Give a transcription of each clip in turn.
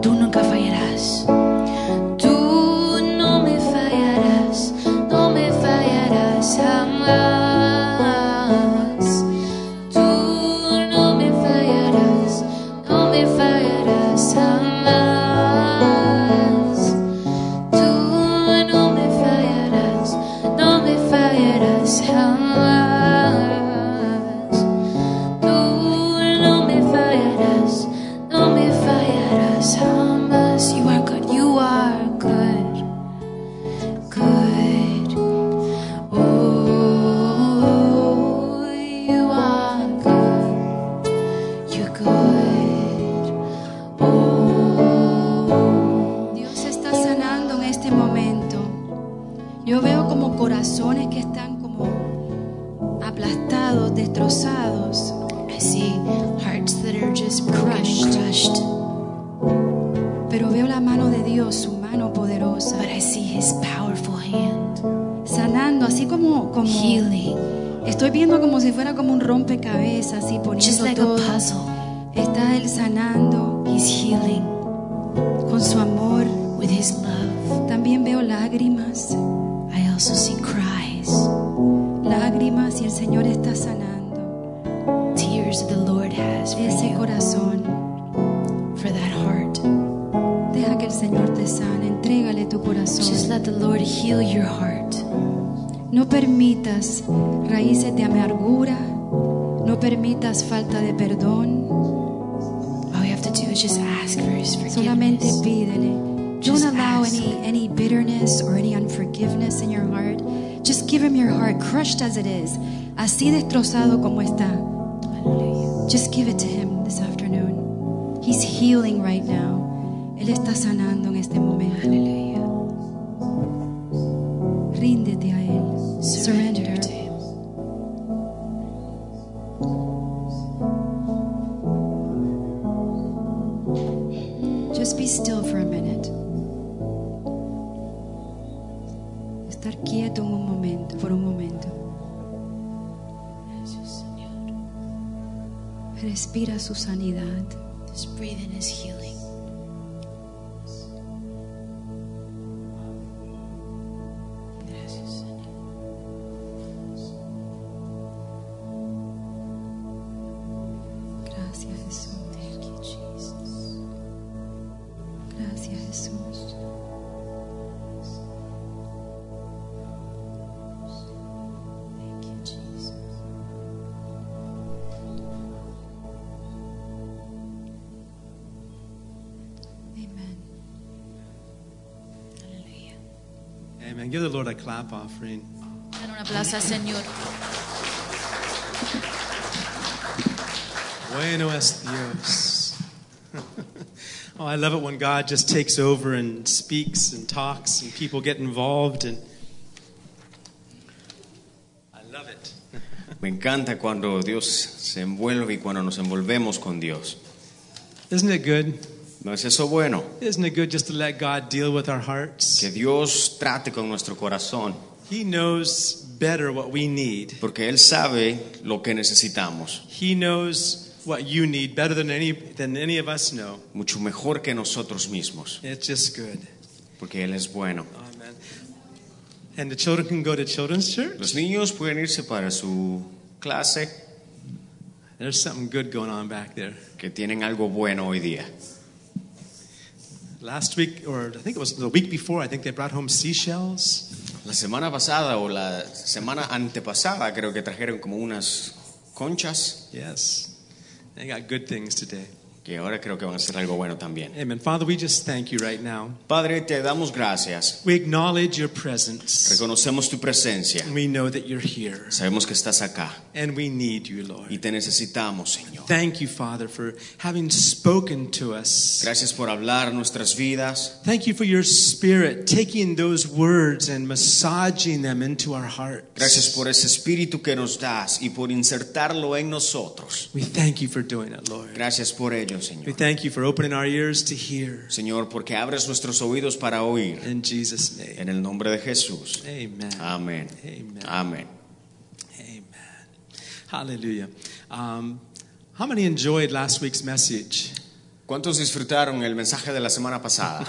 tú nunca fallarás. Tú no me fallarás, no me fallarás jamás. Tú no me fallarás, no me fallarás jamás. Tú no me fallarás, no me fallarás jamás. Tú no me fallarás, no me fallarás jamás. You are good, you are good, good. Oh, you are good, you're good. Oh, Dios está sanando en este momento. Yo veo como corazones que están como aplastados, destrozados. I see hearts that are just crushed, crushed. Pero veo la mano de Dios, su mano poderosa, But I see His powerful hand sanando, así como, como healing, estoy viendo como si fuera como un rompecabezas, así just poniendo like a todo. puzzle. Está él sanando He's healing con su amor. with His love. También veo lágrimas, I also see cries. lágrimas y el Señor está sanando tears that the Lord has for ese you, corazón. for that heart. Deja que el Señor te sane, entrégale tu corazón. Just let the Lord heal your heart. No permitas raíces de amargura, no permitas falta de perdón, All you have to do is just ask for His solamente forgiveness. pídele. Don't Just allow ask. any, any bitterness or any unforgiveness in your heart. Just give him your heart, crushed as it is, así destrozado como está. Hallelujah. Just give it to him this afternoon. He's healing right now. Él está sanando en este momento. Hallelujah. Ríndete a él. Surrender to Surrender. Him. Just be still for a minute. Estar quieto en un momento, por un momento. Jesús, Señor. Respira su sanidad. This breathing is healing. Gracias, Señor. Gracias, Jesús. Thank you, Jesus. Gracias, Jesús. Thank you, Jesus. Amén. Hallelujah. Amen. Give the Lord a clap offering. Dan un aplauso al Señor. Bueno es Dios. oh, I love it when God just takes over and speaks and talks and people get involved and I love it. Me encanta cuando Dios se envuelve y cuando nos envolvemos con Dios. Isn't it good? ¿No es eso bueno? Isn't it good just to let God deal with our hearts? Que Dios trate con nuestro corazón, He knows better what we need. porque Él sabe lo que necesitamos, He knows what you need better than any than any of us know. mucho mejor que nosotros mismos, It's just good. porque Él es bueno. Amen. And the children can go to children's church. Los niños pueden irse para su clase, There's something good going on back there. que tienen algo bueno hoy día. Last week, or I think it was the week before, I think they brought home seashells. La semana pasada o la semana antepasada creo que trajeron como unas conchas, Yes. They got good things today. que ahora creo que van a ser algo bueno también. Amen. Father, we just thank you right now. Padre, te damos gracias. We acknowledge your presence. Reconocemos tu presencia. We know that you're here, Sabemos que estás acá. and we need you, y Lord. te necesitamos, Señor. Thank you, Father, for having spoken to us. Gracias por hablar nuestras vidas. Thank you for your spirit taking those words and massaging them into our Gracias hearts. por ese espíritu que nos das y por insertarlo en nosotros. We thank you for doing it, Lord. Gracias por ello, We Señor. thank you for opening our ears to hear. Señor, porque abres nuestros oídos para oír. In Jesus' name. En el nombre de Jesús. Amen. Amén. Amen. Amén. Amen. Hallelujah. Um, how many enjoyed last week's message? ¿Cuántos disfrutaron el mensaje de la semana pasada?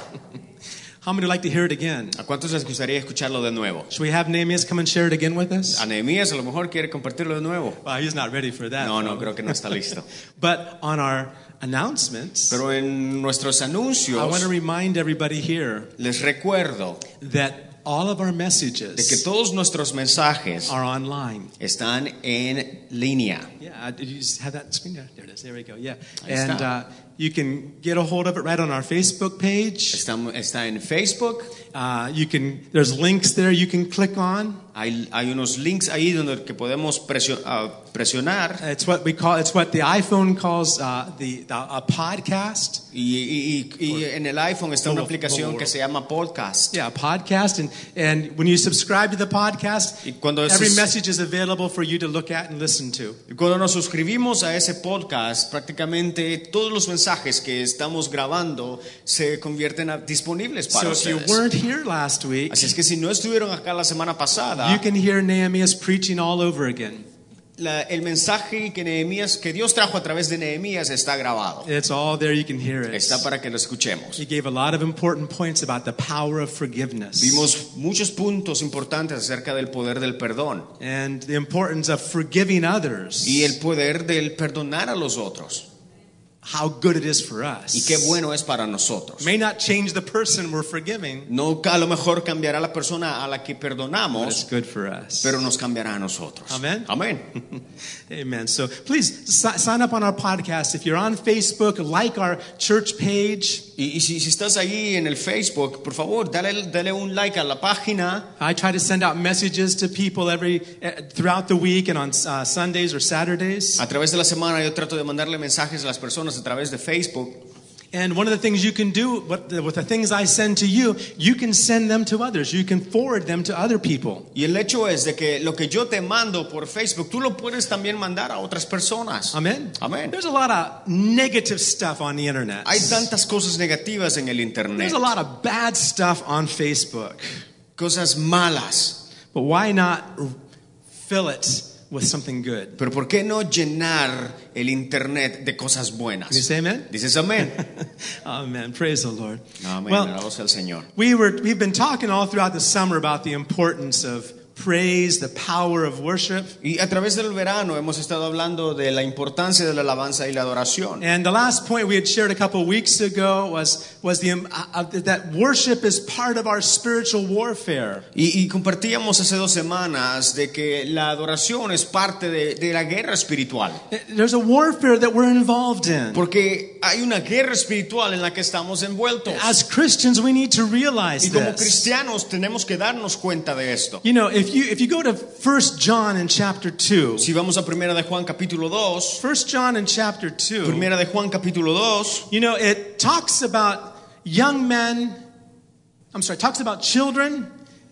How many would like to hear it again? ¿A cuántos les gustaría escucharlo de nuevo? Should we have Nehemias come and share it again with us? A Nehemías a lo mejor quiere compartirlo de nuevo. Well, he's not ready for that. No, no, probably. creo que no está listo. But on our announcements, Pero en nuestros I want to anuncios remind everybody here les recuerdo that all of our de que messages todos nuestros mensajes are online. están en línea. Yeah, I- did you just have that screen there? There it is. There we go. Yeah. Ahí And está. uh, you can get a hold of it right on our Facebook page. Está, está en Facebook. Uh, you can. There's links there you can click on. Hay, hay unos links ahí donde que podemos presio- ah, presionar It's what we call. It's what the iPhone calls uh, the, the a podcast. y, y- y- y en el iPhone está una Todo- aplicación todo. que se llama Podcast. Yeah, a podcast. And and when you subscribe to the podcast, Y cuando es- every message is available for you to look at and listen to. Y Cuando nos suscribimos a ese podcast, prácticamente todos los mensajes que estamos grabando se convierten a- disponibles So para if you ustedes. weren't here last week, Así es que si no estuvieron acá la semana you pasada, can hear Nehemiah's preaching all over again. la- el mensaje que Nehemías, que Dios trajo a través de Nehemías, está grabado. It's all there. You can hear it. Está para que lo escuchemos. He gave a lot of important points about the power of forgiveness Vimos muchos puntos importantes acerca del poder del perdón. and the importance of forgiving others. y el poder del perdonar a los otros. how good it is for us. Y qué bueno es para nosotros. May not change the person we're forgiving, No a lo mejor cambiará la persona a la que but it's perdonamos, good for us. pero nos cambiará a nosotros. Amén. Amén. Amen. So please si- sign up on our podcast. If you're on Facebook, like our church page. Y, y si, si estás ahí en el Facebook, por favor, dale, dale un like a la página. I try to send out messages to people every eh, throughout the week and on uh, Sundays or Saturdays. A través de la semana yo trato de mandarle mensajes a las personas a través de Facebook. And one of the things you can do with the, with the things I send to you, you can send them to others. You can forward them to other people. Y el hecho es de que lo que yo te mando por Facebook, tú lo puedes también mandar a otras personas. Amen. Amén. There's a lot of negative stuff on the internet. Hay tantas cosas negativas en el Internet, There's a lot of bad stuff on Facebook. cosas malas. But why not r- fill it with something good? Pero ¿por qué no llenar el internet de cosas Can you buenas? say amen? Dices amén. Amen. Praise the Lord. Amén. Well, Alabado sea el Señor. we were we've been talking all throughout the summer about the importance of praise, the power of worship. Y a través del verano hemos estado hablando de la importancia de la alabanza y la adoración. And the last point we had shared a couple weeks ago was was the um, uh, uh, that worship is part of our spiritual warfare. Y, y compartíamos hace dos semanas de que la adoración es parte de, de la guerra espiritual. There's a warfare that we're involved in. Porque hay una guerra espiritual en la que estamos envueltos. As Christians, we need to realize Y como this. cristianos tenemos que darnos cuenta de esto. You know, if you if you go to 1 John in chapter 2, Si vamos a Primera de Juan capítulo 2, 1 John in chapter 2, Primera de Juan capítulo 2, you know, it talks about young men, I'm sorry, talks about children,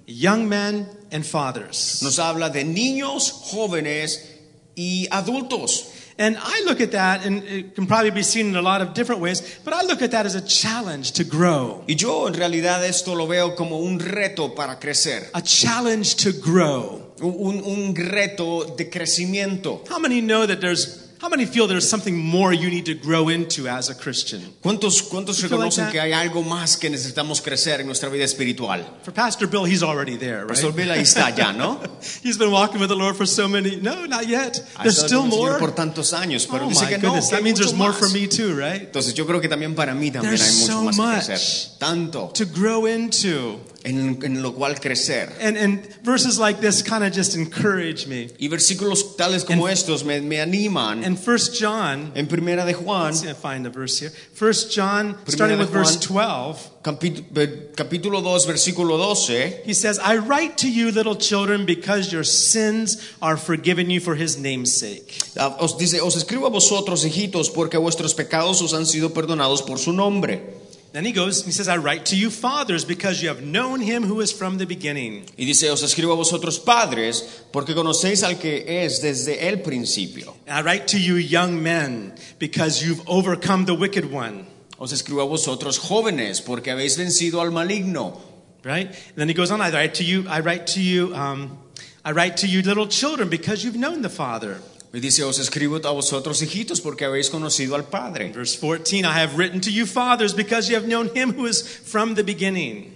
young men, and fathers. Nos habla de niños, jóvenes y adultos. And I look at that, and it can probably be seen in a lot of different ways, but I look at that as a challenge to grow. Y yo en realidad esto lo veo como un reto para crecer, A challenge to grow. un, un reto de crecimiento. How many know that there's, how many feel there's something more you need to grow into as a Christian? ¿Cuántos, cuántos You feel like reconocen that? que hay algo más que necesitamos crecer en nuestra vida espiritual? For Pastor Bill, he's already there, right? Pastor Bill ahí está ya, ¿no? He's been walking with the Lord for so many. No, not yet. Ha There's estado still con el Señor more. por tantos años, pero oh dice my que no, goodness, que hay that means there's mucho more for más. me too, right? Entonces yo creo que también para mí también There's hay mucho so más much. que crecer. Tanto To grow into. en, en lo cual crecer. And and verses like this kind of just encourage me. Y versículos tales como And- estos me, me animan. And First John, En primera de Juan, let's see if I find the verse here. First John, starting de with verse Juan. 12, capi- ve- capítulo 2, versículo 12, he says, "I write to you, little children, because your sins are forgiven you for His name's sake." ah, os dice, os escribo a vosotros, hijitos, porque vuestros pecados os han sido perdonados por su nombre. Then he goes, he says, "I write to you, fathers, because you have known Him who is from the beginning." Y dice, os escribo a vosotros, padres, porque conocéis al que es desde el principio. And I write to you, young men, because you've overcome the wicked one. Os escribo a vosotros, jóvenes, porque habéis vencido al maligno. Right? And then he goes on. I write to you. I write to you. Um, I write to you, little children, because you've known the Father. Y dice, os escribo a vosotros hijitos porque habéis conocido al Padre. Verse 14, I have written to you, fathers, because you have known him who is from the beginning.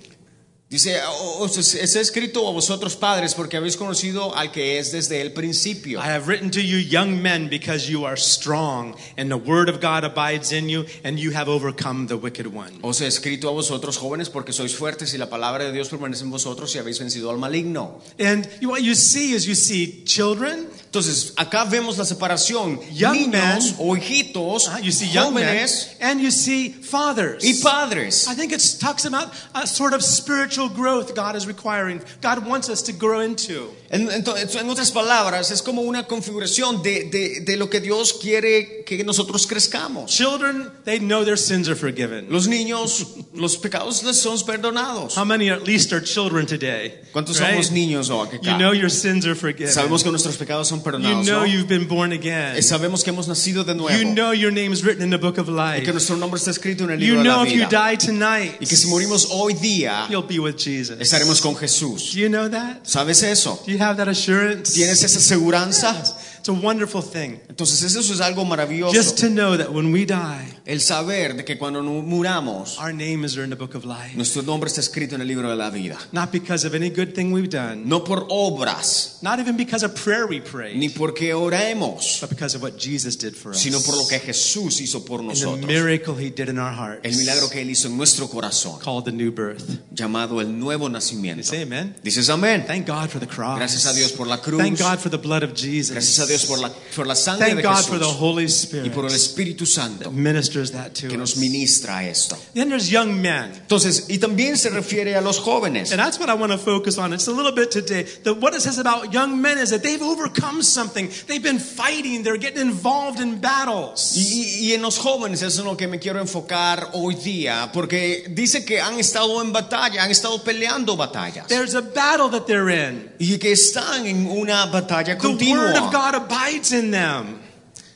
Dice, os es- está escrito a vosotros padres porque habéis conocido al que es desde el principio. I have written to you, young men, because you are strong, and the word of God abides in you, and you have overcome the wicked one. Os he escrito a vosotros jóvenes porque sois fuertes y la palabra de Dios permanece en vosotros y habéis vencido al maligno. And you- what you see is you see children, Entonces, acá vemos la separación. Young Niños men. o hijitos, uh, you see young men, Ah. jóvenes and you see fathers. y padres. I think it talks about a sort of spiritual growth God is requiring, God wants us to grow into. En, ento- en otras palabras, es como una configuración de, de- de lo que Dios quiere que nosotros crezcamos. Children, they know their sins are forgiven. Los niños, los pecados les son perdonados. How many at least are children today? ¿Cuántos Right? somos niños hoy acá? You know your sins are forgiven. Sabemos que nuestros pecados son You perdonados. know ¿no? you've been born again. Eh, Sabemos que hemos nacido de nuevo. You know your name is written in the book of y que life. nuestro nombre está escrito en el libro You know de if la you vida. die tonight, Y que si morimos hoy día, you'll be with Jesus. estaremos con Jesús. Do you know that? ¿Sabes eso? Do you have that assurance? ¿Tienes esa aseguranza? It's a wonderful thing. Entonces eso es algo Just maravilloso. to know that when we die, El saber de que cuando no- muramos, our name is written in the book of life. nuestro nombre está escrito en el libro de la vida. Not because of any good thing we've done, No por obras, not even because of prayer we ni prayed, porque oremos, but because of what Jesus did for us. sino por lo que Jesús hizo por and the nosotros. miracle he did in our hearts. El milagro que Él hizo en nuestro corazón, called the new birth. llamado el nuevo You nacimiento. say amen? Dices amén. Thank God for the cross. Gracias a Dios por la cruz. Thank God for the blood of Jesus. Gracias a Dios por la, por la sangre Thank de God for the Jesús Holy y Spirit por el Espíritu Santo that ministers that to que nos us. ministra esto. Then there's young men. Entonces, y también se refiere a los jóvenes. And that's what I want to focus on. It's a little bit today. The, what it says about young men is that they've overcome something. They've been fighting. They're getting involved in battles. Y, y- y en los jóvenes es en lo que me quiero enfocar hoy día, porque dice que han estado en batalla, han estado peleando batallas There's a battle that they're in. y que están en una batalla The Word of continua. God abides in them.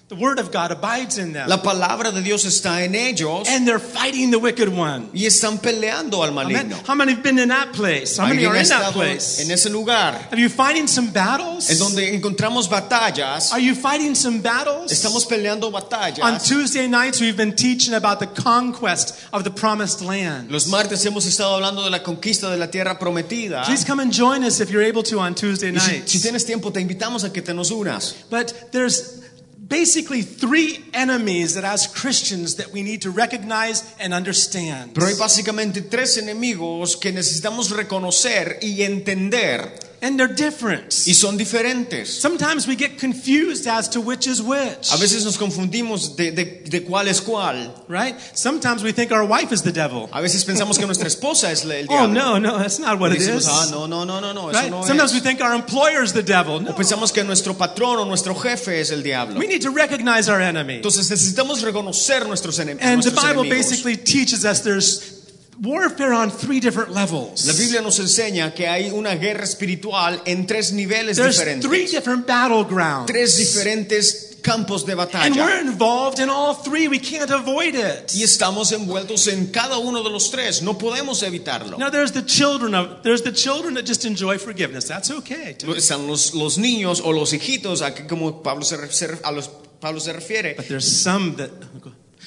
The Word of God abides in them. La palabra de Dios está en ellos And they're fighting the wicked one. y están peleando al Amen. maligno. How many have been in that place? How many ¿Alguien are ha in that estado place? en ese lugar Are you fighting some battles? en donde encontramos batallas? Are you fighting some battles? Estamos peleando On batallas. Tuesday nights, we've been teaching about the conquest of the promised land. Los martes hemos estado hablando de la conquista de la tierra prometida. Please come and join us if you're able to on Tuesday Y si, nights. si tienes tiempo, te invitamos a que te nos unas. But there's basically three enemies that, as Christians, that we need to recognize and understand. Pero hay básicamente tres enemigos que necesitamos reconocer y entender. And they're different. Y son diferentes. Sometimes we get confused as to which is which. A veces nos confundimos de, de- de cuál es cuál. Right? Sometimes we think our wife is the devil. A veces pensamos que nuestra esposa es la- el Oh, diablo. no, no, that's not Y what it decimos, is. ah, no, no, no, no, no, eso Right? no Sometimes we es. think our employer is the devil. No. O pensamos que nuestro patrón o nuestro jefe es el diablo. We need to recognize our enemy. Entonces necesitamos reconocer nuestros, enem- And the nuestros Bible enemigos. basically teaches us there's warfare on three different La levels. Biblia nos enseña que hay una guerra espiritual en tres niveles There's diferentes. three different battlegrounds. Tres diferentes campos de And batalla. we're involved in all three. We can't avoid it. Y estamos envueltos en cada uno de los tres. No podemos evitarlo. Now there's the children of there's the children that just enjoy forgiveness. That's okay. Lo- Están los, los niños o los hijitos, a que como Pablo se, re- se re- a los Pablo se refiere. But there's some that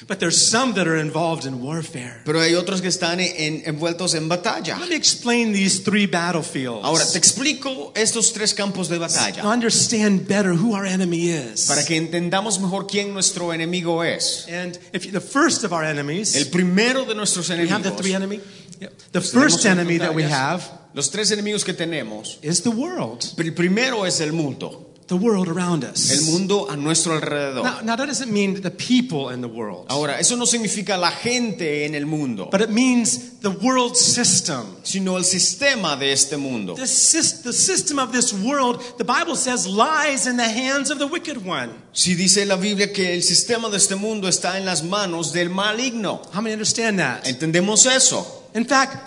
but there's some that are involved in warfare. Pero hay otros que están en- envueltos en batalla. Let me explain these three battlefields. Ahora, te explico estos tres campos de to batalla understand better who our enemy is. para que entendamos mejor quién nuestro enemigo es. And if you- the first of our enemies El primero de nuestros We have the three enemigos. enemy. The tenemos first tres enemy that we have batallas. Los tres enemigos que tenemos. is the world, El primero es el mundo. the world around El us. mundo a nuestro alrededor. Now, now that doesn't mean the people in the world, Ahora, eso no significa la gente en el mundo, but it means the world system. sino el sistema de este mundo. The, sys- the system of this world, the Bible says, lies in the hands of the wicked one. Si dice la Biblia que el sistema de este mundo está en las manos del maligno. How many understand that? ¿Entendemos eso? In fact,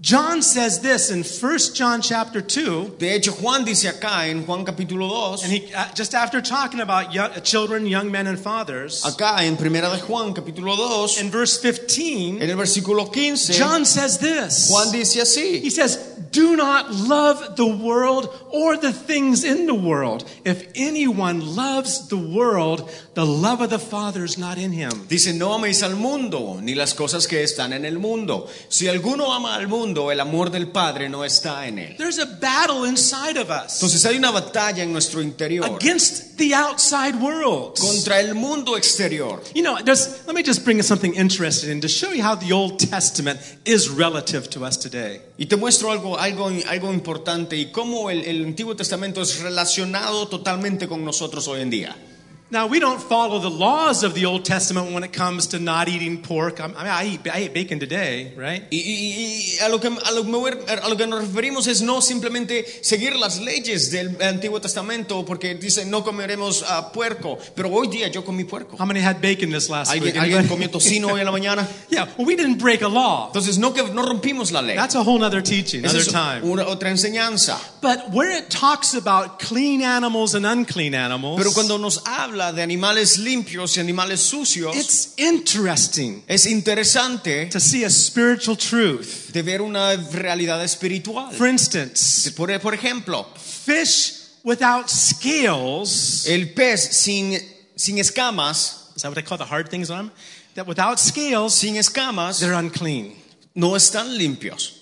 John says this in 1 John chapter 2, De hecho, Juan dice acá en Juan capítulo 2, and he, uh, just after talking about young, children, young men, and fathers, acá en Primera de Juan capítulo 2, in verse 15, en el versículo 15, John says this. Juan dice He así. says, Do not love the world or the things in the world. If anyone loves the world, the love of the Father is not in him. Dice, no améis al mundo, ni las cosas que están en el mundo. Si alguno ama al mundo, el amor del Padre no está en él. There's a battle inside of us Entonces hay una batalla en nuestro interior against the outside world. contra el mundo exterior. You know, there's, let me just bring something interesting in to show you how the Old Testament is relative to us today. Y te muestro algo, algo, algo importante y cómo el, el Antiguo Testamento es relacionado totalmente con nosotros hoy en día. Now, we don't follow the laws of the Old Testament when it comes to not eating pork. I, I mean, I eat, I eat bacon today, right? Y, y- y a, lo que, a, lo que me voy- a lo que nos referimos es no simplemente seguir las leyes del Antiguo Testamento porque dice no comeremos ah, puerco, pero hoy día yo comí puerco. How many had bacon this last week? ¿Alguien, alguien comió tocino hoy en la mañana? yeah, well, we didn't break a law. Entonces no, que, no rompimos la ley. That's a whole nother teaching, Esa another es time. una- otra enseñanza. But where it talks about clean animals and unclean animals, Pero cuando nos habla de animales limpios y animales sucios, it's interesting es interesante to see a spiritual truth. de ver una realidad espiritual. For instance, Por, por ejemplo, fish without scales. el pez sin, sin escamas, Is that what they call the hard things on them? That without scales, sin escamas, they're unclean. no están limpios.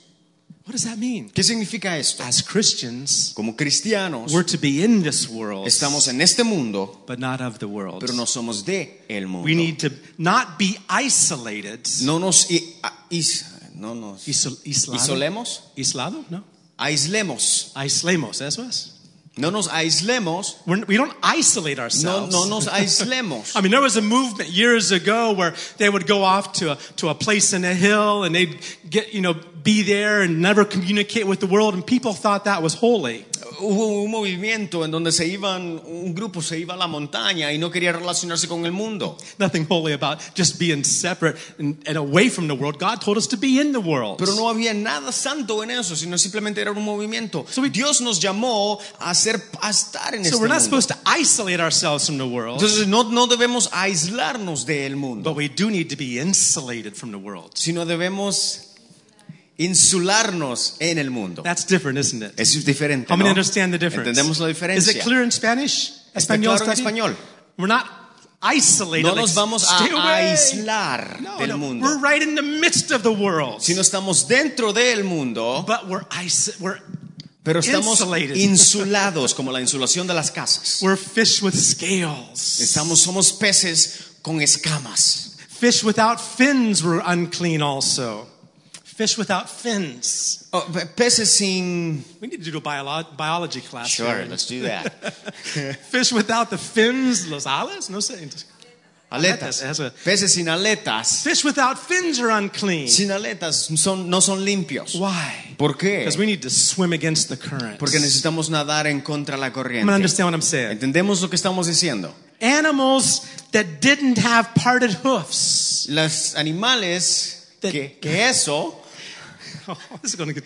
What does that mean? ¿Qué significa esto? As Christians, Como cristianos, we're to be in this world, estamos en este mundo, but not of the world. pero no somos de el We mundo. need to not be isolated. No nos, i- a- is- no nos Isol- islado. isolemos, Islado? No. aislemos. Aislemos, eso es. No nos aislemos, We're, we don't isolate no, ourselves. no nos aislemos. I mean, there was a movement years ago where they would go off to a, to a place in a hill and they'd get, you know, be there and never communicate with the world. And people thought that was holy. Hubo un movimiento en donde se iban, un grupo se iba a la montaña y no quería relacionarse con el mundo. Nothing holy about just being separate and, and away from the world. God told us to be in the world. Pero no había nada santo en eso, sino simplemente era un movimiento. So we- Dios nos llamó a, ser, a estar en so este we're not mundo. supposed to isolate ourselves from the world, Entonces no, no debemos aislarnos del mundo, but we do need to be insulated from the world. sino debemos insularnos en el mundo. That's different, isn't it? Es diferente. How many ¿no? understand the difference? Entendemos la Is diferencia. it clear in Spanish? Está Español, claro en está bien? español. We're not isolated. No like, nos vamos a stay away. aislar No, del no, mundo, We're right in the midst of the world. sino estamos dentro del mundo, but we're, is- we're, pero estamos insulated. insulados, como la insulación de las casas. we're fish with scales. Estamos, somos peces con escamas. Fish without fins were unclean also. Fish without fins. Oh, pe- peces sin. We need to do a biolo- biology class. here. do that. Fish without the fins, los alas? No sé. Aletas. That's a- Peces sin aletas. Fish without fins are unclean. Sin aletas son, no son limpios. Why? ¿Por qué? Because we need to swim against the current. Porque necesitamos nadar en contra de la I'm gonna corriente. understand what I'm saying. Entendemos lo que estamos diciendo. Animals that didn't have parted hoofs. Los animales Te- que, que eso Oh, this is going to get.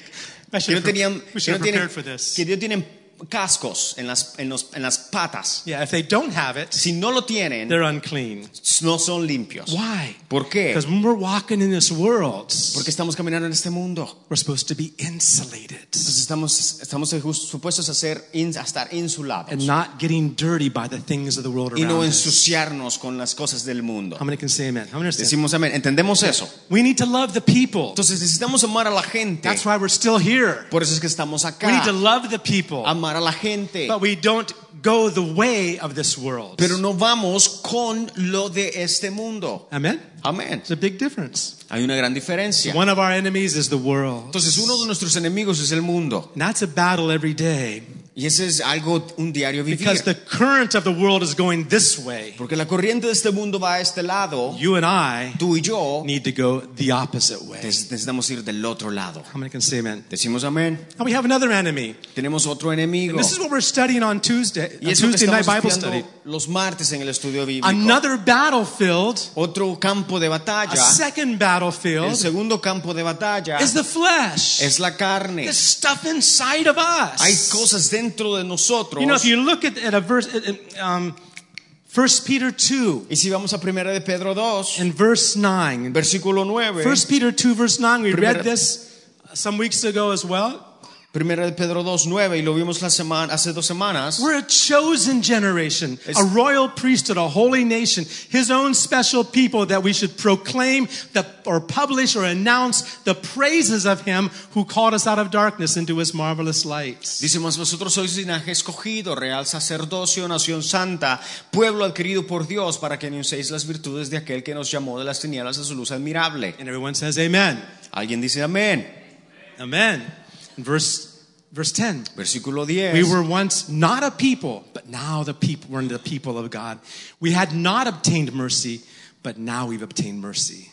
I que should no have pre- tenían we que should no have tienen, prepared for this. que no tienen cascos en las en, los- en las patas. Yeah, if they don't have it, Si no lo tienen, they're unclean. no son limpios. Why? ¿Por qué? Because when we're walking in this world, Porque estamos caminando en este mundo. we're supposed to be insulated Entonces estamos, estamos just- supuestos a, ser, in- a estar insulados and not getting dirty by the things of the world y around no us. ensuciarnos con las cosas del mundo. How many can say amen? How many understand? Decimos amén, entendemos eso. We need to love the people. Entonces necesitamos amar a la gente. That's why we're still here. Por eso es que estamos We need to acá. love the people. Amar a la gente. But we don't go the way of this world. Pero no vamos con lo de este mundo. Amen? Amén. It's a big difference. Hay una gran diferencia. One of our enemies is the world. Entonces uno de nuestros enemigos es el mundo. And that's a battle every day. Y ese es algo, un diario Because vivir. the current of the world is going this way. Porque la corriente de este mundo va a este lado. You and I Tú y yo need to go the opposite way. neces- necesitamos ir del otro lado. How many can say amen? Decimos amén. Now we have another enemy. Tenemos otro enemigo. And this is what we're studying on Tuesday, Y on es lo que Tuesday night estamos Bible estudiando study. los martes en el estudio bíblico. Another battlefield, otro campo de a batalla, second el battlefield, segundo campo de batalla is the flesh. es la carne. There's stuff inside of us. Hay cosas dentro de nosotros. You know, if you look at, at a verse, at- at, um, 1 Peter 2 y si vamos a primera de Pedro 2, and verse 9. versículo 9. 1 Peter 2, verse 9, we Primera- read this some weeks ago as well. Primera de Pedro 2.9, y lo vimos la semana, hace dos semanas. We're a chosen generation, Es- a royal priesthood, a holy nation, his own special people that we should proclaim the, or publish or announce the praises of him who called us out of darkness into his marvelous light. Dice más, vosotros sois linaje escogido, real sacerdocio, nación santa, pueblo adquirido por Dios, para que anunciéis las virtudes de aquel que nos llamó de las tinieblas a su luz admirable. And everyone says amen. Alguien dice amén. Amen. And verse, verse 10. Versículo 10. We were once not a people, but now the people we're the people of God. We had not obtained mercy, but now we've obtained mercy.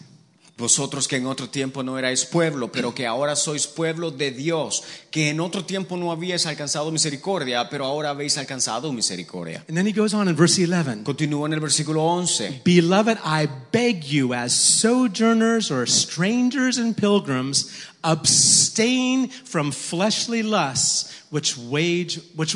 Vosotros que en otro tiempo no erais pueblo, pero que ahora sois pueblo de Dios, que en otro tiempo no habíais alcanzado misericordia, pero ahora habéis alcanzado misericordia. And then he goes on in verse 11. Continúa en el versículo 11. Beloved, I beg you, as sojourners or strangers and pilgrims, abstain from fleshly lusts which wage which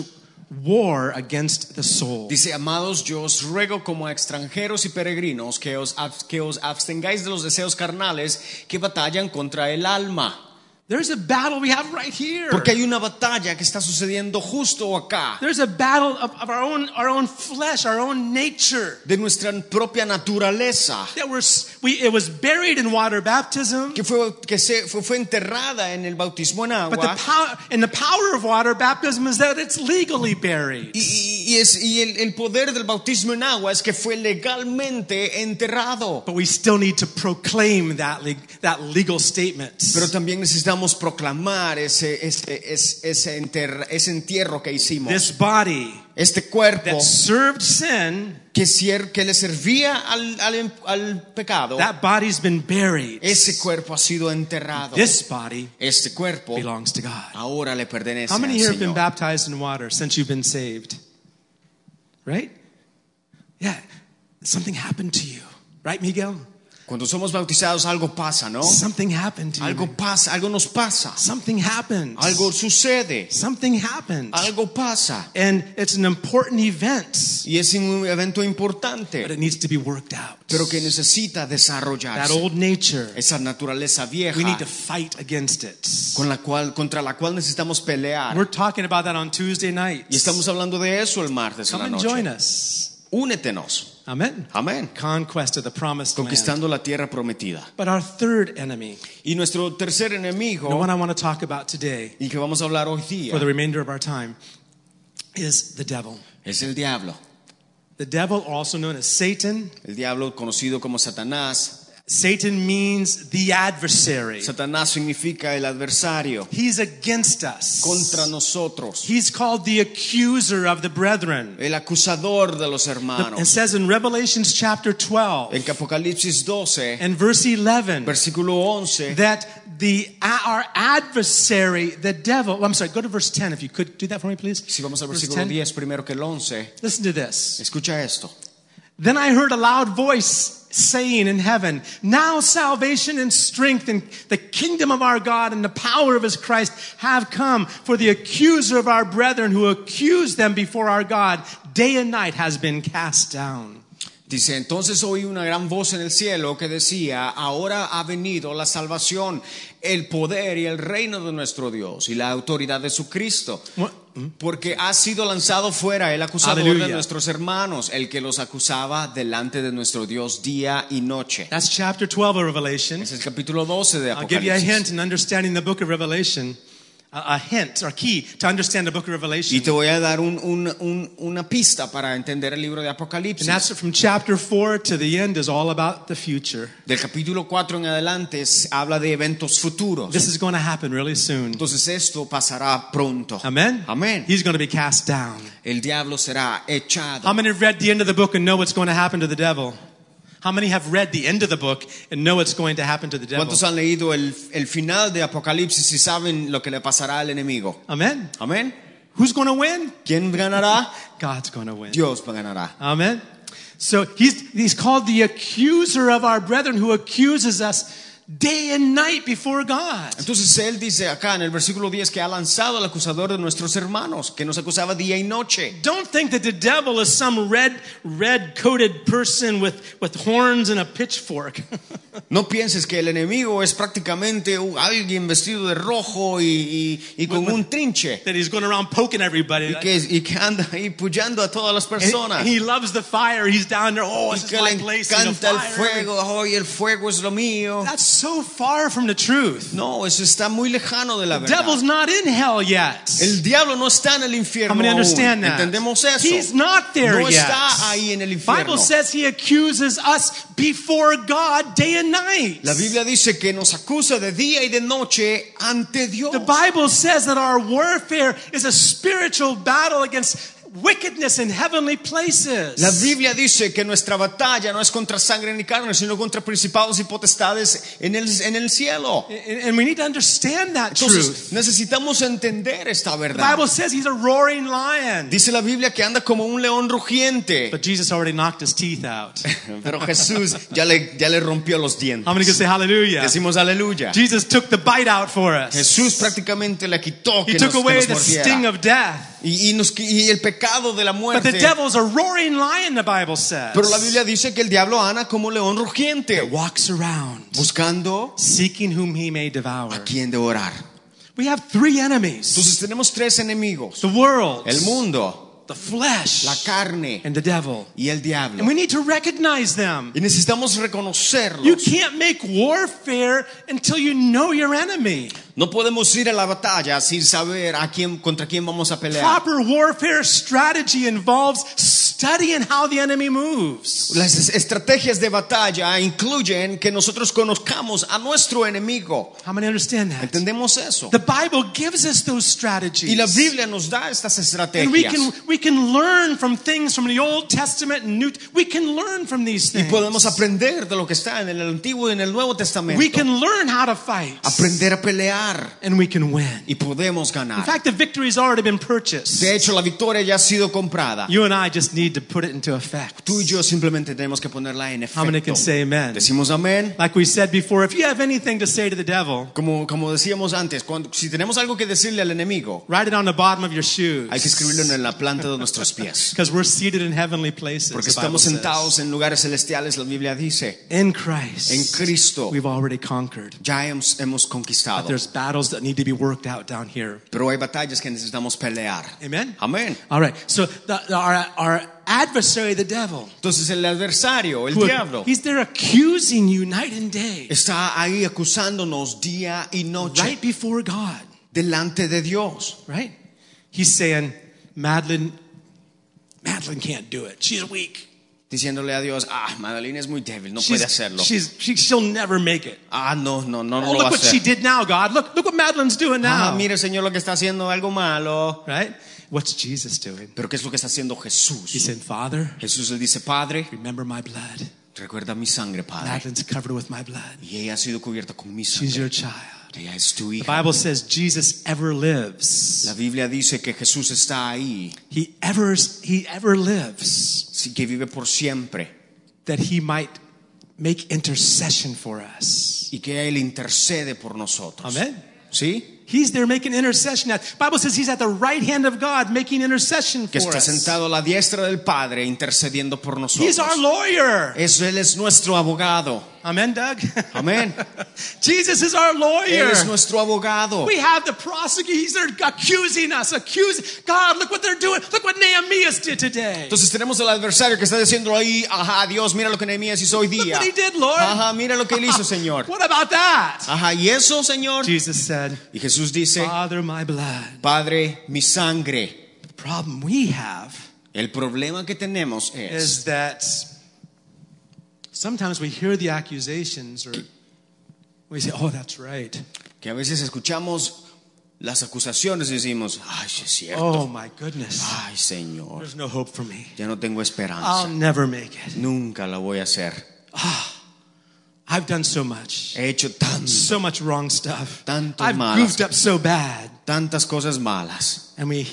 war against the soul. Dice, amados, yo os ruego como a extranjeros y peregrinos que os, ab- que os abstengáis de los deseos carnales que batallan contra el alma. There's a battle we have right here. Porque hay una batalla que está sucediendo justo acá, There's a battle of, of our own our own flesh, our own nature. de nuestra propia naturaleza, That we're, s- we, it was buried in water baptism, que fue, que se, fue, fue enterrada en el bautismo en but the agua. power and the power of water baptism is that it's legally buried. Y, y- y es, y el, el poder del bautismo en agua es que fue legalmente enterrado. But we still need to proclaim that le- that legal statement. Pero también necesitamos proclamar ese, ese, ese, ese, enter- ese entierro que hicimos. This body este cuerpo that served sin, que, cier- que le servía al, al, al pecado, that body's been buried. ese cuerpo ha sido enterrado. This body este cuerpo belongs to God. ahora le pertenece How many al here have been Señor. baptized in water since you've been saved? Right? Yeah. Something happened to you. Right, Miguel? Cuando somos bautizados algo pasa, ¿no? Something happened to you. Algo pasa, algo nos pasa. Something happened. Algo sucede. Something happened. Algo pasa. And it's an important event, Y es un evento but importante, it needs to be worked out. pero que necesita That desarrollarse. old nature, Esa naturaleza we need vieja to fight against it. con la cual, contra la cual necesitamos pelear. We're talking about that on Tuesday night. Y estamos hablando de eso el martes en Come la and join noche. us. Únetenos. Amen. Amén. Conquest of the promised land. Conquistando la tierra prometida. But our third enemy, Y nuestro tercer the enemigo, one I want to talk about today y que vamos a hablar hoy for día, the remainder of our time, is the devil. es el diablo. The devil, also known as Satan. El diablo conocido como Satanás. Satan means the adversary. Satanás significa el adversario He's against us. contra nosotros. He's called the accuser of the brethren. El acusador de los It hermanos. says in Revelations chapter 12 En Apocalipsis 12, and verse 11 versículo 11, that the our adversary, the devil. I'm sorry, go to verse 10 if you could do that for me, please. si vamos al Verse versículo 10. 10 primero que el 11, Listen to this. escucha esto. Then I heard a loud voice saying in heaven, Now salvation and strength and the kingdom of our God and the power of his Christ have come, for the accuser of our brethren who accused them before our God day and night has been cast down. Dice, entonces oí una gran voz en el cielo que decía, ahora ha venido la salvación, el poder y el reino de nuestro Dios y la autoridad de su Cristo. What- Porque ha sido lanzado fuera el acusador de ¿Mm? Aleluya. nuestros hermanos, el que los acusaba delante de nuestro Dios día y noche. That's chapter 12 of Revelation. Es el capítulo 12 de I'll give you a hint Apocalipsis. in understanding the book of Revelation. A, a hint or key to understand the book of Y Revelation. te voy a dar un- un- un- una pista para entender el libro de And Apocalipsis. that's from chapter 4 to the end is all about the future. Del capítulo 4 en adelante es- habla de eventos futuros. This is going to happen really soon. Entonces esto pasará pronto. Amen? Amén. He's going to be cast down. El diablo será echado. How many have read the end of the book and know what's going to happen to the devil? How many have read the end of the book and know what's going to happen to the devil? ¿Cuántos han leído el, el final de Apocalipsis y saben lo que le pasará al enemigo? Amen? Amén. Who's going to win? ¿Quién ganará? God's going to win. Dios ganará. Amen. So he's, he's called the accuser of our brethren who accuses us day and night before God. Entonces él dice acá en el versículo 10 que ha lanzado al acusador de nuestros hermanos, que nos acusaba día y noche. Don't think that the devil is some red red coated person with, with horns and a pitchfork. No pienses que el enemigo es prácticamente u- alguien vestido de rojo y, y- y con un trinche that he's going around poking everybody. y que, y que anda ahí puyando a todas las personas. And he loves the fire. He's down there. Oh, Y this is que my le place. you know, encanta el fire." fuego, hoy el fuego es lo mío. That's so far from the truth. No, eso está muy lejano de la The verdad. devil's not in hell yet. El diablo no está en el How infierno. many understand aún. that? Entendemos eso. He's not there no yet. está ahí en el infierno. Bible says he accuses us before God day and night. La Biblia dice que nos acusa de día y de noche ante Dios. The Bible says that our warfare is a spiritual battle against wickedness in heavenly places. La Biblia dice que nuestra batalla no es contra sangre ni carne, sino contra principados y potestades en el, en el cielo. and, and we need to understand that truth. Entonces, necesitamos entender esta The verdad. Bible says he's a roaring lion. Dice la Biblia que anda como un león rugiente. But Jesus already knocked his teeth out. Pero Jesús ya le, ya le rompió los How many can dientes. say hallelujah? Decimos aleluya. Jesus took the bite out for us. Ah. Jesús prácticamente le quitó He que nos, took que away nos the mordiera. sting of death. y, y nos- y el pecado de la But the muerte. devil's a roaring lion, the Bible Pero la says. Biblia dice que el diablo anda como león rugiente, Walks around, buscando seeking whom he may devour. a quien devorar. We have three enemies. Entonces tenemos tres enemigos: The world, el mundo, the la flesh, carne and the devil. y el And diablo. we need to recognize them. Y necesitamos You reconocerlos. can't make warfare until you know your enemy. No podemos ir a la batalla sin saber a quién contra quién vamos a pelear. Proper warfare strategy involves studying how the enemy moves. Las es- estrategias de batalla incluyen que nosotros conozcamos a nuestro enemigo. How many understand that? Entendemos eso. The Bible gives us those Y la strategies. Biblia nos da estas And we estrategias. can, we can learn from things from the Old Testament and New. We can learn from these Y things. podemos aprender de lo que está en el Antiguo y en el Nuevo Testamento. We can learn how to fight. aprender a pelear And we can win. y podemos In ganar. fact, the victory's already been purchased. De hecho, la victoria ya ha sido comprada. You and I just need to put it into effect. Tú y yo simplemente tenemos que ponerla en How many efecto. can say amen? Decimos amén. Like we said before, if you have anything to say to the devil, Como, como decíamos antes, cuando, si tenemos algo que decirle al enemigo, write it on the bottom of your hay que shoes. escribirlo en la planta de nuestros pies. Because we're seated in heavenly places. Porque the Bible estamos says. sentados en lugares celestiales, la Biblia dice. In Christ, En Cristo we've already conquered. ya hemos, hemos But conquistado. there's battles that need to be worked out down here. Pero hay batallas que necesitamos pelear. Amen? Amén. All right. So the, the- our, our adversary, the devil, Entonces el adversario, el who- diablo, he's there accusing you night and day, está ahí acusándonos día y noche right before God, delante de Dios. right? He's saying, Madeline, Madeline can't do it. She's weak. diciéndole a Dios, ah, Madalena es muy débil, no puede She's, hacerlo. she's, she, she'll never make it. Ah, no, no, no, no Oh, lo va look a what she hacer. did now, God. Look, look what Madeline's doing Ah, now. mire, Señor, lo que está haciendo, algo malo. Right? What's Jesus doing? Pero ¿qué es lo que está haciendo He's Jesús? saying, Father, Jesús le dice, Padre, remember my blood. recuerda mi sangre, Padre. Madeline's covered with my blood. Y ella ha sido cubierta con mi She's sangre. your child. Ella es tu The hija. Bible says Jesus ever La lives. Biblia dice que Jesús está ahí, He ever, he ever lives sí, que vive por siempre that he might make intercession for us. y que Él intercede por nosotros. Amén. ¿Sí? He's there making intercession. At, Bible says he's at the right hand of God making intercession Que for está us. sentado a la diestra del Padre intercediendo por He's our nosotros. lawyer. Eso, Él es nuestro abogado. Amen, Doug. Amén. Jesus is our Él lawyer. es nuestro abogado. We have the prosecutor. He's there accusing us, accusing. God, look what they're doing. Look what Nehemiah did today. Entonces tenemos al adversario que está diciendo ahí, ajá, Dios, mira lo que Nehemías hizo hoy Look día. what he did, Lord. Ajá, mira lo que él hizo, Señor. Ah, What about that? Ajá, y eso, Señor. Jesus Ah. said, Y Jesús dice, Father, my blood. Padre, mi sangre. The problem we have El problema que tenemos es is that sometimes we hear the accusations or we say, oh, that's right. que a veces escuchamos las acusaciones y decimos, ay, sí es cierto. Oh, my goodness. Ay, Señor, There's no hope for me. ya no tengo I'll esperanza. never make it. Nunca la voy a hacer. I've done so much, He hecho tan- so much wrong stuff. Tanto I've malas. goofed up so bad. tantas cosas malas. And we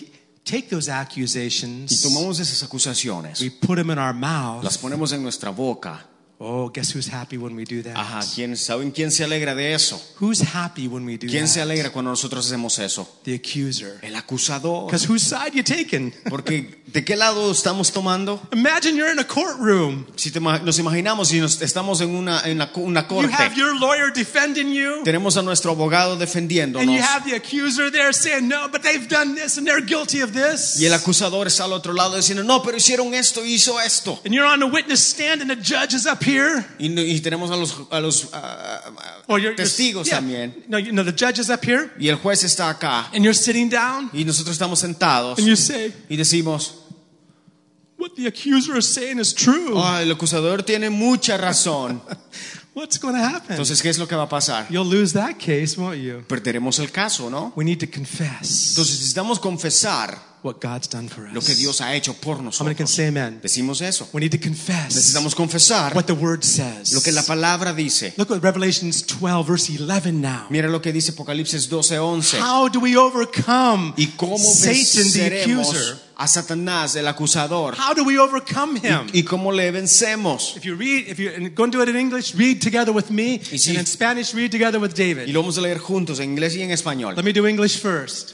take those Y accusations, tomamos esas acusaciones, we put them in our las mouth, ponemos en nuestra boca Oh, guess who's happy when we do that? Ajá, ¿quién, ¿saben quién se alegra de eso? Who's happy when we do ¿Quién se that? alegra cuando nosotros hacemos eso? The accuser. El acusador. Because whose side you taking? Porque ¿de qué lado estamos tomando? Imagine you're in a courtroom. Si te ima- nos imaginamos si nos- estamos en una, en la co- una You corte, have your lawyer defending you, tenemos a nuestro abogado and you defendiéndonos have the accuser there saying, No, but they've done this and they're guilty of this. y el acusador está al otro lado diciendo, no, pero hicieron esto, hizo esto. And you're on the witness stand, and the judge is up here. Y, no- y tenemos a los, a los ah, Or Oh, you're, testigos you're, yeah. también. No, you know, the judge is up here, Y el juez está acá and you're sitting down, y nosotros estamos sentados and you say, y decimos, What the accuser is saying is true. "Ah, el acusador tiene mucha razón. What's going to happen? Entonces, ¿qué es lo que va a pasar? You'll lose that case, won't you? Perderemos el caso, ¿no? We need to confess Entonces necesitamos confesar what God's done for us. lo que Dios ha hecho por How many can nosotros. say amen? Decimos eso. We need to confess Necesitamos confesar what the word says. lo que la palabra dice. Look at Revelations 12, verse 11 now. Mira lo que dice Apocalipsis 12:11. How do we overcome Y cómo Satan, the venceremos accuser? a Satanás, el acusador. How do we overcome him? Y cómo le vencemos. If you read, if you and go and do it in English, read together with me, si- and in Spanish, read together with David. Y lo vamos a leer juntos en inglés y en español. Let me do English first.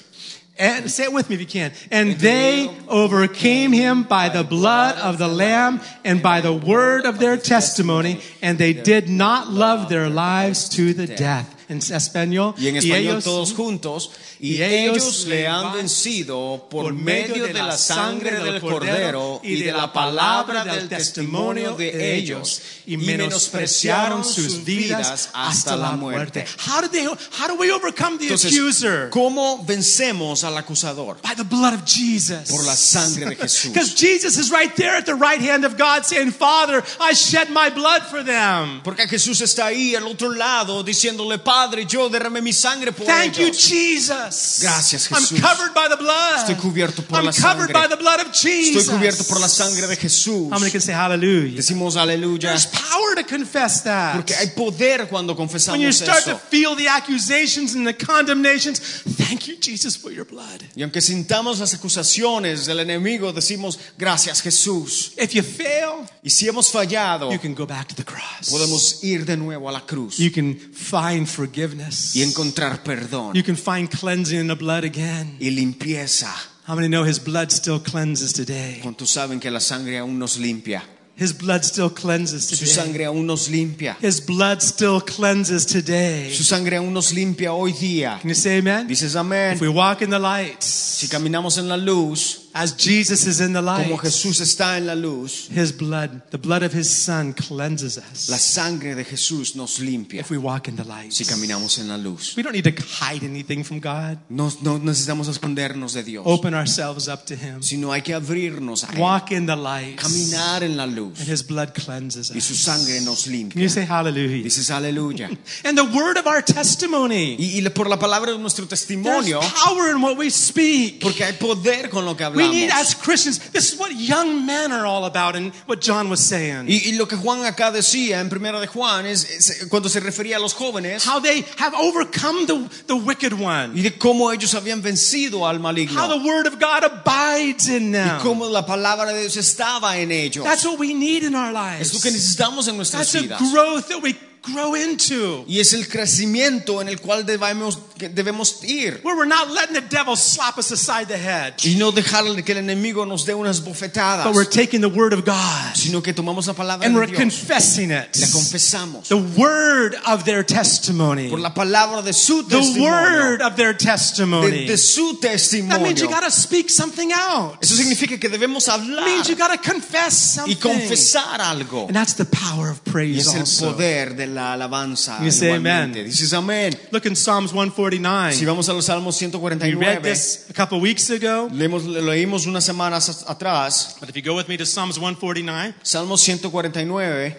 And say it with me if you can. And they overcame him by the blood of the Lamb and by the word of their testimony, and they did not love their lives to the death. En español. Y en Y español ellos- todos juntos. Y y ellos ellos le han van- vencido por medio de la sangre del Cordero y de la palabra del testimonio de ellos. Y menospreciaron sus vidas hasta la muerte. How did they how do we overcome the Entonces, accuser? ¿cómo vencemos al acusador? By the blood of Jesus. Por la sangre de Because Jesús. Jesus is right there at the right hand of God saying, Father, I shed my blood for them. Porque Jesús está ahí al otro lado diciéndole, Padre, yo derramé mi sangre por Thank you, ellos. Jesus. Gracias, Jesús. I'm covered by the blood. Estoy cubierto por I'm la covered sangre. by the blood of Jesus. Estoy cubierto por la sangre de Jesús. How many can say hallelujah? Decimos aleluya. There's power to confess that. Porque hay poder cuando when you confesamos start to eso. feel the accusations and the condemnations, thank you, Jesus, for your blood. Y aunque sintamos las acusaciones del enemigo, decimos gracias Jesús. If you fail, Y si hemos fallado, you can go back to the cross. podemos ir de nuevo a la cruz You can find forgiveness. y encontrar perdón You can find cleansing in the blood again. y limpieza. How many know his blood still cleanses today? ¿Cuántos saben que la sangre aún nos limpia? His blood still cleanses Su today. sangre aún nos limpia. His blood still cleanses today. Su sangre aún nos limpia hoy día. Can you say amen? Dices If amén. we walk in the light, Si caminamos en la luz, as Jesus is in the como light, Jesús está en la luz, his blood, the blood of his son cleanses la us. sangre de Jesús nos limpia. If we walk in the light, Si caminamos en la luz, we don't need to hide anything from God. no, no necesitamos escondernos de Dios, Open ourselves up to him. sino hay que abrirnos a Él. Walk in the light, and caminar en la luz his blood cleanses y su us. sangre nos Can limpia. you say hallelujah? Dices aleluya. And the word of our testimony. Y, y por la palabra de nuestro There's testimonio, power in what we speak. porque hay poder con lo que We need, hablamos. as Christians, this is what young men are all about and what John was saying. Y, y lo que Juan acá decía en primera de Juan es, es cuando se refería a los jóvenes How they have overcome the, the wicked one. y de cómo ellos habían vencido al How maligno the word of God abides in y them. cómo la palabra de Dios estaba en ellos. That's what we need in our Es lo que lives. necesitamos en nuestras That's a vidas. growth that we grow into. Y es el crecimiento en el cual debemos, que debemos ir Where we're not letting the devil slap us aside the head. y no dejar que el enemigo nos dé unas bofetadas, But we're taking the word of God sino que tomamos la palabra and de we're Dios. confessing it. La confesamos The word of their testimony. por la palabra de su The word testimonio. of their De, testimony. de su That means you testimonio. gotta speak something out. Eso significa que debemos That hablar means you gotta confess y something. confesar algo. And that's the power of Y praise es el also. poder de la alabanza. You say igualmente. amen. Dices amén. Look in Psalms 149. Si vamos a los Salmos we read 149, this a couple weeks ago. leemos- lo leímos unas semanas a- atrás. But if you go with me to Psalms 149, Salmos 149.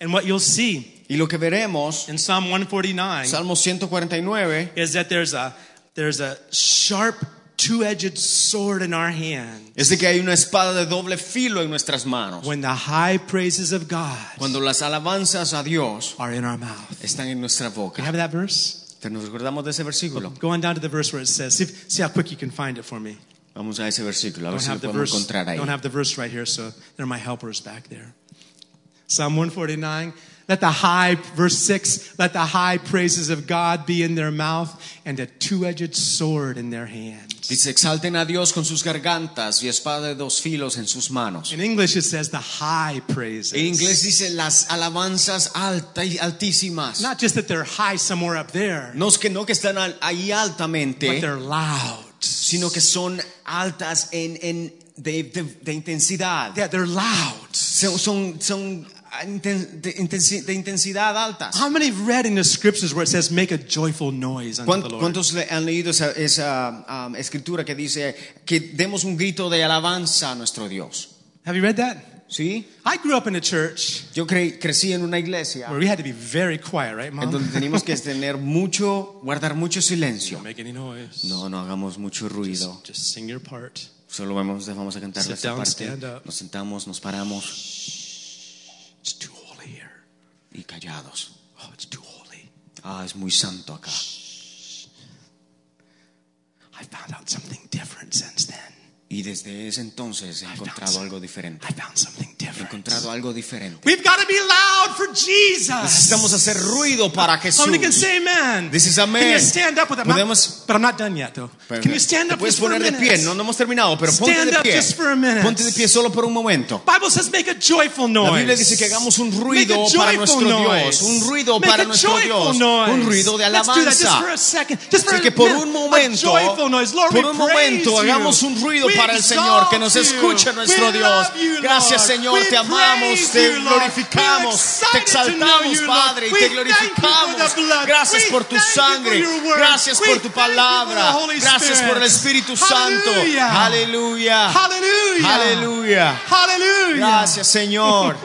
and what you'll see Y lo que veremos, in Psalm 149 Salmo 149, is that there's a there's a sharp two-edged sword in our hand. es de que hay una espada de doble filo en nuestras manos. When the high praises of God Cuando las alabanzas a Dios are in our mouth. están en nuestra You boca. have that verse? ¿Te nos recordamos de ese versículo? Go on down to the verse where it says. See, if- see how quick you can find it for me. Vamos a ese versículo, a ver Don't si lo have the podemos verse. encontrar ahí. Don't have the verse right here, so they're my helpers back there. Psalm 149. Let the high, verse 6, let the high praises of God be in their mouth and a two edged sword in their hand. Dice, exalten a Dios con sus gargantas y espada de dos filos en sus manos. In English, it says the high praises. En inglés dice las alabanzas alta y altísimas. Not just that they're high somewhere up there, No es que no que están al- ahí but altamente, they're loud. sino que son altas en, en- de, de- de intensidad. Yeah, they're loud. Son, son, son ah, inten- de, intensi- de intensidad altas. How many have read in the scriptures where it says, make a joyful noise unto the ¿Cuán- Lord? ¿Cuántos le- han leído esa, esa, um, escritura que dice que demos un grito de alabanza a nuestro Dios? Have you read that? ¿Sí? I grew up in a church Yo cre- crecí en una iglesia where we had to be very quiet, right, en donde Mom? teníamos que tener mucho, guardar mucho silencio. Don't make any noise. No, no hagamos mucho ruido. Just sing your part. Solo vamos, vamos a cantar Sit esta down, parte. stand up. Nos sentamos, nos paramos It's too holy here. y callados. Oh, it's too holy. Ah, es muy santo acá. I found out something different since then. Y desde ese entonces he encontrado algo diferente. I found something He different. encontrado algo diferente. We've got to be loud for Jesus. Necesitamos hacer ruido para How Jesús. many can say amen? This is amen. Can you stand up with that? I'm not- Podemos- but I'm not done yet, though. Pero- can you stand te up puedes just for a poner de minute? pie, no, no hemos terminado, pero ponte Stand de up pie. just for a minute. Ponte de pie solo por un momento. Bible says make a joyful noise. La Biblia dice que hagamos un ruido Make a para joyful nuestro Dios, noise. un ruido Make para a nuestro joyful Dios, noise. un ruido de Let's do that just alabanza. for a second, just for Así a que por minute, un a momento, joyful noise. Lord, por we un momento praise you. hagamos un ruido We para el Señor, que nos exalt escuche you. nuestro We Dios. love you, Gracias Lord. Señor, We te amamos, praise te you, Lord. glorificamos, We're te excited to know exaltamos you, Lord. Padre y We te thank you glorificamos. for the blood. Gracias We por tu thank you for sangre, your word. gracias We por tu thank you for the palabra, Holy gracias por el Spirit. Espíritu Santo. Hallelujah. Aleluya, Hallelujah. aleluya. Hallelujah. Gracias Señor.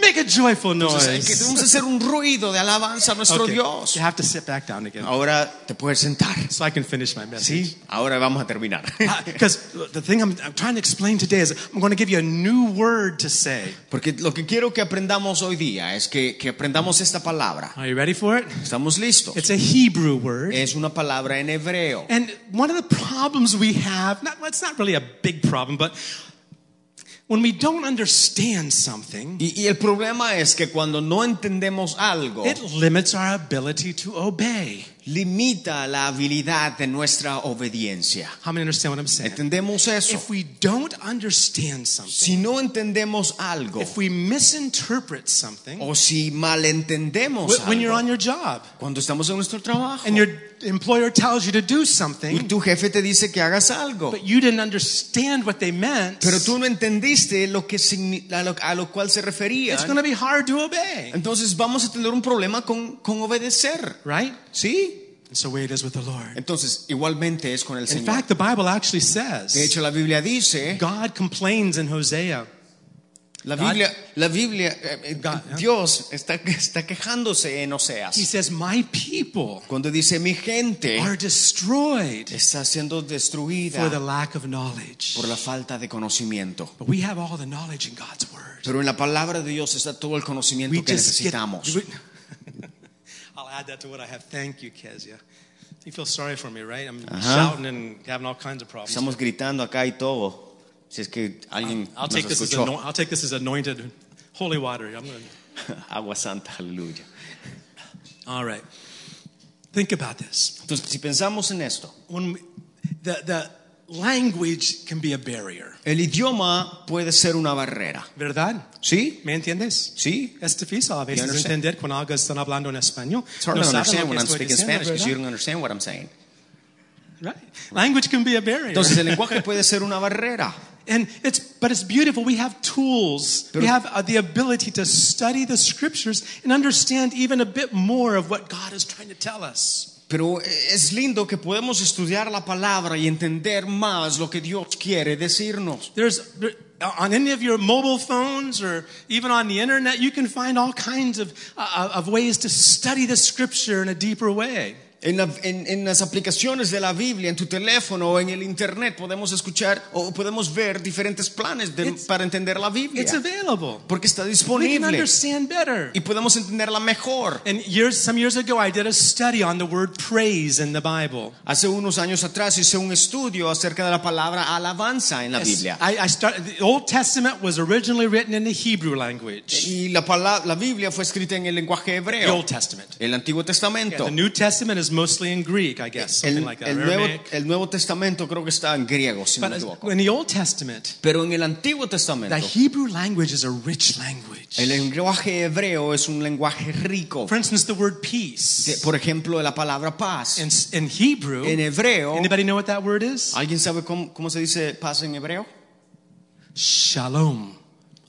Make a joyful noise. Entonces, que debemos hacer un ruido de alabanza a nuestro Okay, Dios. You have to sit back down again Ahora te puedes sentar. so I can finish my message. Ahora vamos a terminar. Because the thing I'm, I'm trying to explain today is I'm going to give you a new word to say. Porque lo que quiero que aprendamos hoy día es que, que aprendamos esta palabra. Are you ready for it? Eh. ¿Estamos listos? It's a Hebrew word. Es una palabra en hebreo. And one of the problems we have, not, well, it's not really a big problem, but when we don't understand something, Y, y el problema es que cuando no entendemos algo, it limits our ability to obey. limita la habilidad de nuestra obediencia. How many understand what I'm saying? ¿Entendemos eso? If we don't understand something, Si no entendemos algo, if we misinterpret something, o si malentendemos wh- when you're on algo, your job cuando estamos en nuestro trabajo, and your employer tells you to do y something, tu jefe te dice que hagas algo, but you didn't understand what they meant, pero tú no entendiste lo que signi- a, lo, a lo cual se refería. it's going to be hard to obey, Entonces vamos a tener un problema con, con obedecer. right? ¿Sí? And so it is with the Lord. Entonces, igualmente es con el In Señor. fact, the Bible actually de says hecho, la Biblia dice, God complains in Hosea. la God- Biblia, la Biblia eh, eh, God, ¿eh? Dios está, está quejándose en Oseas. He says, My people Cuando dice, mi gente are destroyed está siendo for the destruida lack of knowledge. por la falta de conocimiento. But we have all the knowledge in God's word. Pero en la palabra de Dios está todo el conocimiento We que just get. necesitamos. I'll add that to what I have. Thank you, Kezia. You feel sorry for me, right? I'm Ajá. shouting and having all kinds of problems. Estamos gritando acá y todo. Si es que alguien I'll nos take, this as escuchó. anoint- I'll take this as anointed holy water. I'm gonna- Agua santa, aleluya. all right. Think about this. Entonces, si pensamos en esto, When we, the, the language can be a barrier. el idioma puede ser una barrera. ¿Verdad? ¿Sí? ¿Me entiendes? ¿Sí? Es difícil a You veces understand? entender cuando algo están hablando en español. It's hard No to saben lo understand que when I'm estoy speaking diciendo, Spanish because you ¿verdad? don't understand what I'm saying. Right. Language can be a barrier. Entonces el lenguaje puede ser una barrera. and it's, but it's beautiful. We have tools. Pero- we have uh, the ability to study the scriptures and understand even a bit more of what God is trying to tell us. Pero es lindo que podemos estudiar la palabra y entender más lo que Dios quiere decirnos. There's there- on any of your mobile phones or even on the internet, you can find all kinds of, uh, of ways to study the scripture in a deeper way. En, la- en- en las aplicaciones de la Biblia, en tu teléfono o en el Internet podemos escuchar o podemos ver diferentes planes de- It's- para entender la Biblia. It's available. Porque está We can disponible understand better. y podemos entenderla mejor. And years, some years ago, I did a study on the word praise in the Bible. Hace unos años atrás hice un estudio acerca de la palabra alabanza en la Yes, Biblia. I, I start, the Old Testament was originally written in the Hebrew language. Y la, pala- la Biblia fue escrita en el lenguaje The hebreo, Old Testament. el Antiguo Testamento. The New Testament is mostly in Greek, I guess, something El, like that. el or nuevo, Aramaic. el Nuevo Testamento creo que está en griego, si no me But equivoco. in the Old Testament, Pero en el Antiguo Testamento, the Hebrew language is a rich language. el lenguaje hebreo es un lenguaje rico. For instance, the word De- peace por ejemplo, la palabra paz. in, in Hebrew. En hebreo, Anybody know what that word is? ¿alguien sabe cómo, cómo se dice paz en hebreo? Shalom.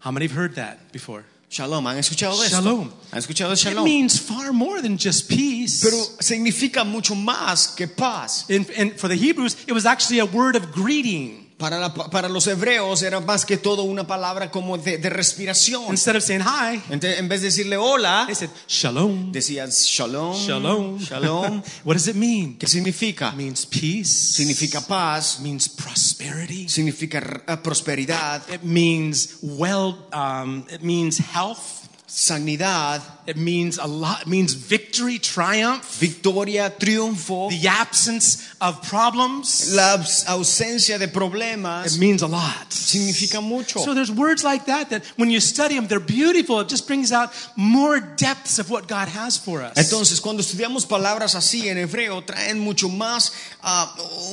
How many have heard that before? Shalom, ¿han escuchado de esto? Shalom. ¿Han escuchado de It shalom? means far more than just peace. Pero significa mucho más que paz. In, and for the Hebrews, it was actually a word of greeting. Para, la- para los hebreos era más que todo una palabra como de, de respiración. Instead of saying hi, Ente- en vez de decirle hola, they said shalom. decían shalom. Shalom. Shalom. what does it mean? ¿Qué significa? It means peace. Significa paz, means prosperity. significa eh, prosperidad, It means well. Um, it means health. sanidad, It means a lot. It means victory, triumph, victoria, triunfo, the absence of problems. la abs- ausencia de It problemas. means a lot. Significa mucho. So there's words like that that when you study them, they're beautiful. It just brings out more depths of what God has for us. Entonces, cuando estudiamos palabras así en hebreo, traen mucho más, ah,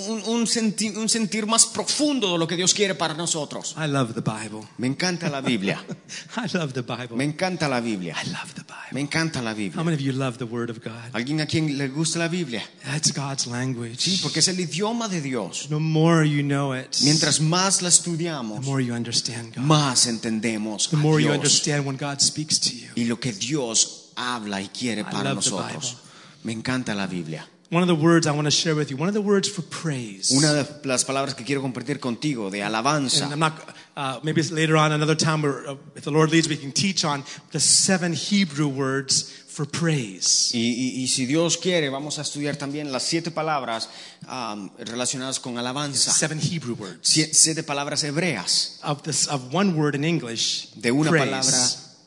un, un senti- un sentir más profundo de lo que Dios quiere para nosotros. I love the Bible. Me encanta la Biblia, I love the Bible. me encanta la Biblia, I love the Bible. me encanta la How Biblia. many of you love the Word of God? ¿Alguien a quien le gusta la Biblia? That's God's language. Sí, porque es el idioma de Dios. The more you know it, the Mientras más la estudiamos, more you understand God. más entendemos The more a you Dios understand when God speaks to you. y lo que Dios habla y quiere para love the nosotros. Bible. Me encanta la Biblia. One of the words I want to share with you, one of the words for praise. Una de las palabras que quiero compartir contigo de and I'm alabanza. not, uh, maybe it's later on, another time, where, uh, if the Lord leads, we can teach on the seven Hebrew words for praise. Y, y- y si Dios quiere, vamos a estudiar también las siete palabras um, relacionadas con alabanza. Seven Hebrew words Sie- siete palabras hebreas of this of one word in English. de una praise. palabra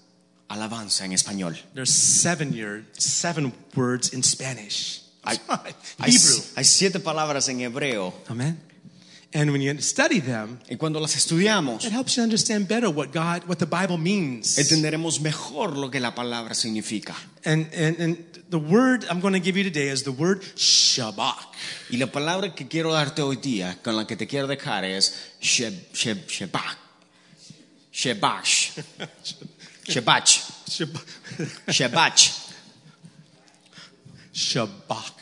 alabanza en español. There's seven year, seven words in Spanish. Hay, Sorry, hay- Hebrew. hay siete palabras en hebreo. Amen. And when you study them, Y cuando las estudiamos, it helps you understand better what God, what the Bible means. entenderemos mejor lo que la palabra significa. And, and, and the word I'm going to give you today is the word shabak. Y la palabra que quiero darte hoy día, con la que te quiero dejar es Sheb- Sheb- Shebach. Shebash. Shebach. Shab- Shebach. Shabak.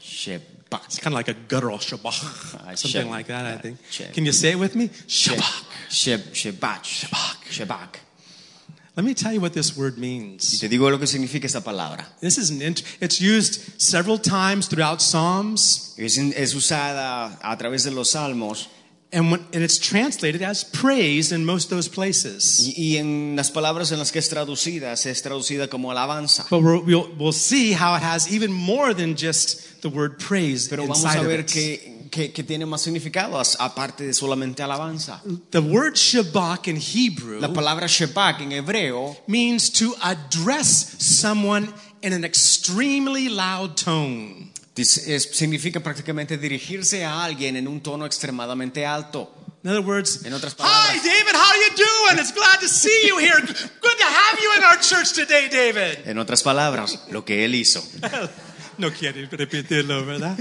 Shebach. It's kind of like a guttural shabak. Ah, Something shab- like that, I think. shab- Can you say it with me? Shabak. Sheb- Shebach. Shebach. Let me tell you what this word Y means. te digo lo que significa esta palabra. This is an int- it's used several times throughout Psalms, Es, es usada a través de los salmos and, when, and it's translated as praise in most of those places. y, y en las palabras en las que es traducida, se es traducida como alabanza. But we're, we'll, we'll see how it has even more than just the word praise Pero vamos inside a ver of it. qué, qué- qué tiene más significado as- aparte de solamente alabanza. The word shabak in Hebrew La palabra Shebach en hebreo means to address someone in an extremely loud tone. Dice- es- significa prácticamente dirigirse a alguien en un tono extremadamente alto. In other words, En otras hi palabras- David, how you doing? It's glad to see you here. Good to have you in our church today, David. En otras palabras, lo que él hizo. no quiere repetirlo, ¿verdad?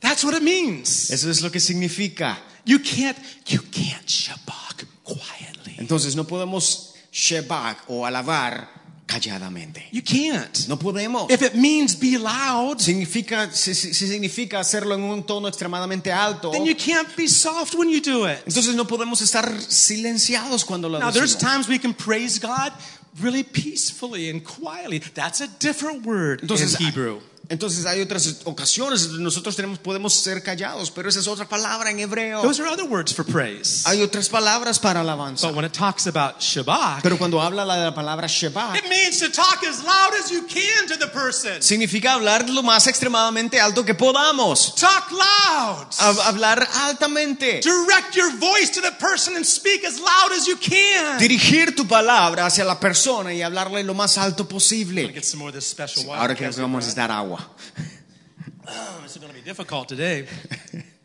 That's what it means. Eso es lo que significa. You can't, you can't shabak quietly. Entonces no podemos shebak o alabar calladamente. You can't. No podemos. If it means be loud, Significa, si, si- si significa hacerlo en un tono extremadamente alto, then you can't be soft when you do it. entonces no podemos estar silenciados cuando lo Now, there's decimos. times we can praise God really peacefully and quietly. That's a different word Entonces, in Hebrew. Entonces hay otras ocasiones donde nosotros tenemos, podemos ser callados, pero esa es otra palabra en hebreo. Those are other words for praise. Hay otras palabras para alabanza. But when it talks about Shabbat, Pero cuando habla la de la palabra Sheba, it means to talk as loud as you can to the person. significa hablar lo más extremadamente alto que podamos. Talk loud. Hab- hablar altamente. Direct your voice to the person and speak as loud as you can. Dirigir tu palabra hacia la persona y hablarle lo más alto Gonna posible. Get some more of this special water. Oh, Ahora creo que vamos a necesitar agua. This is going to be difficult today.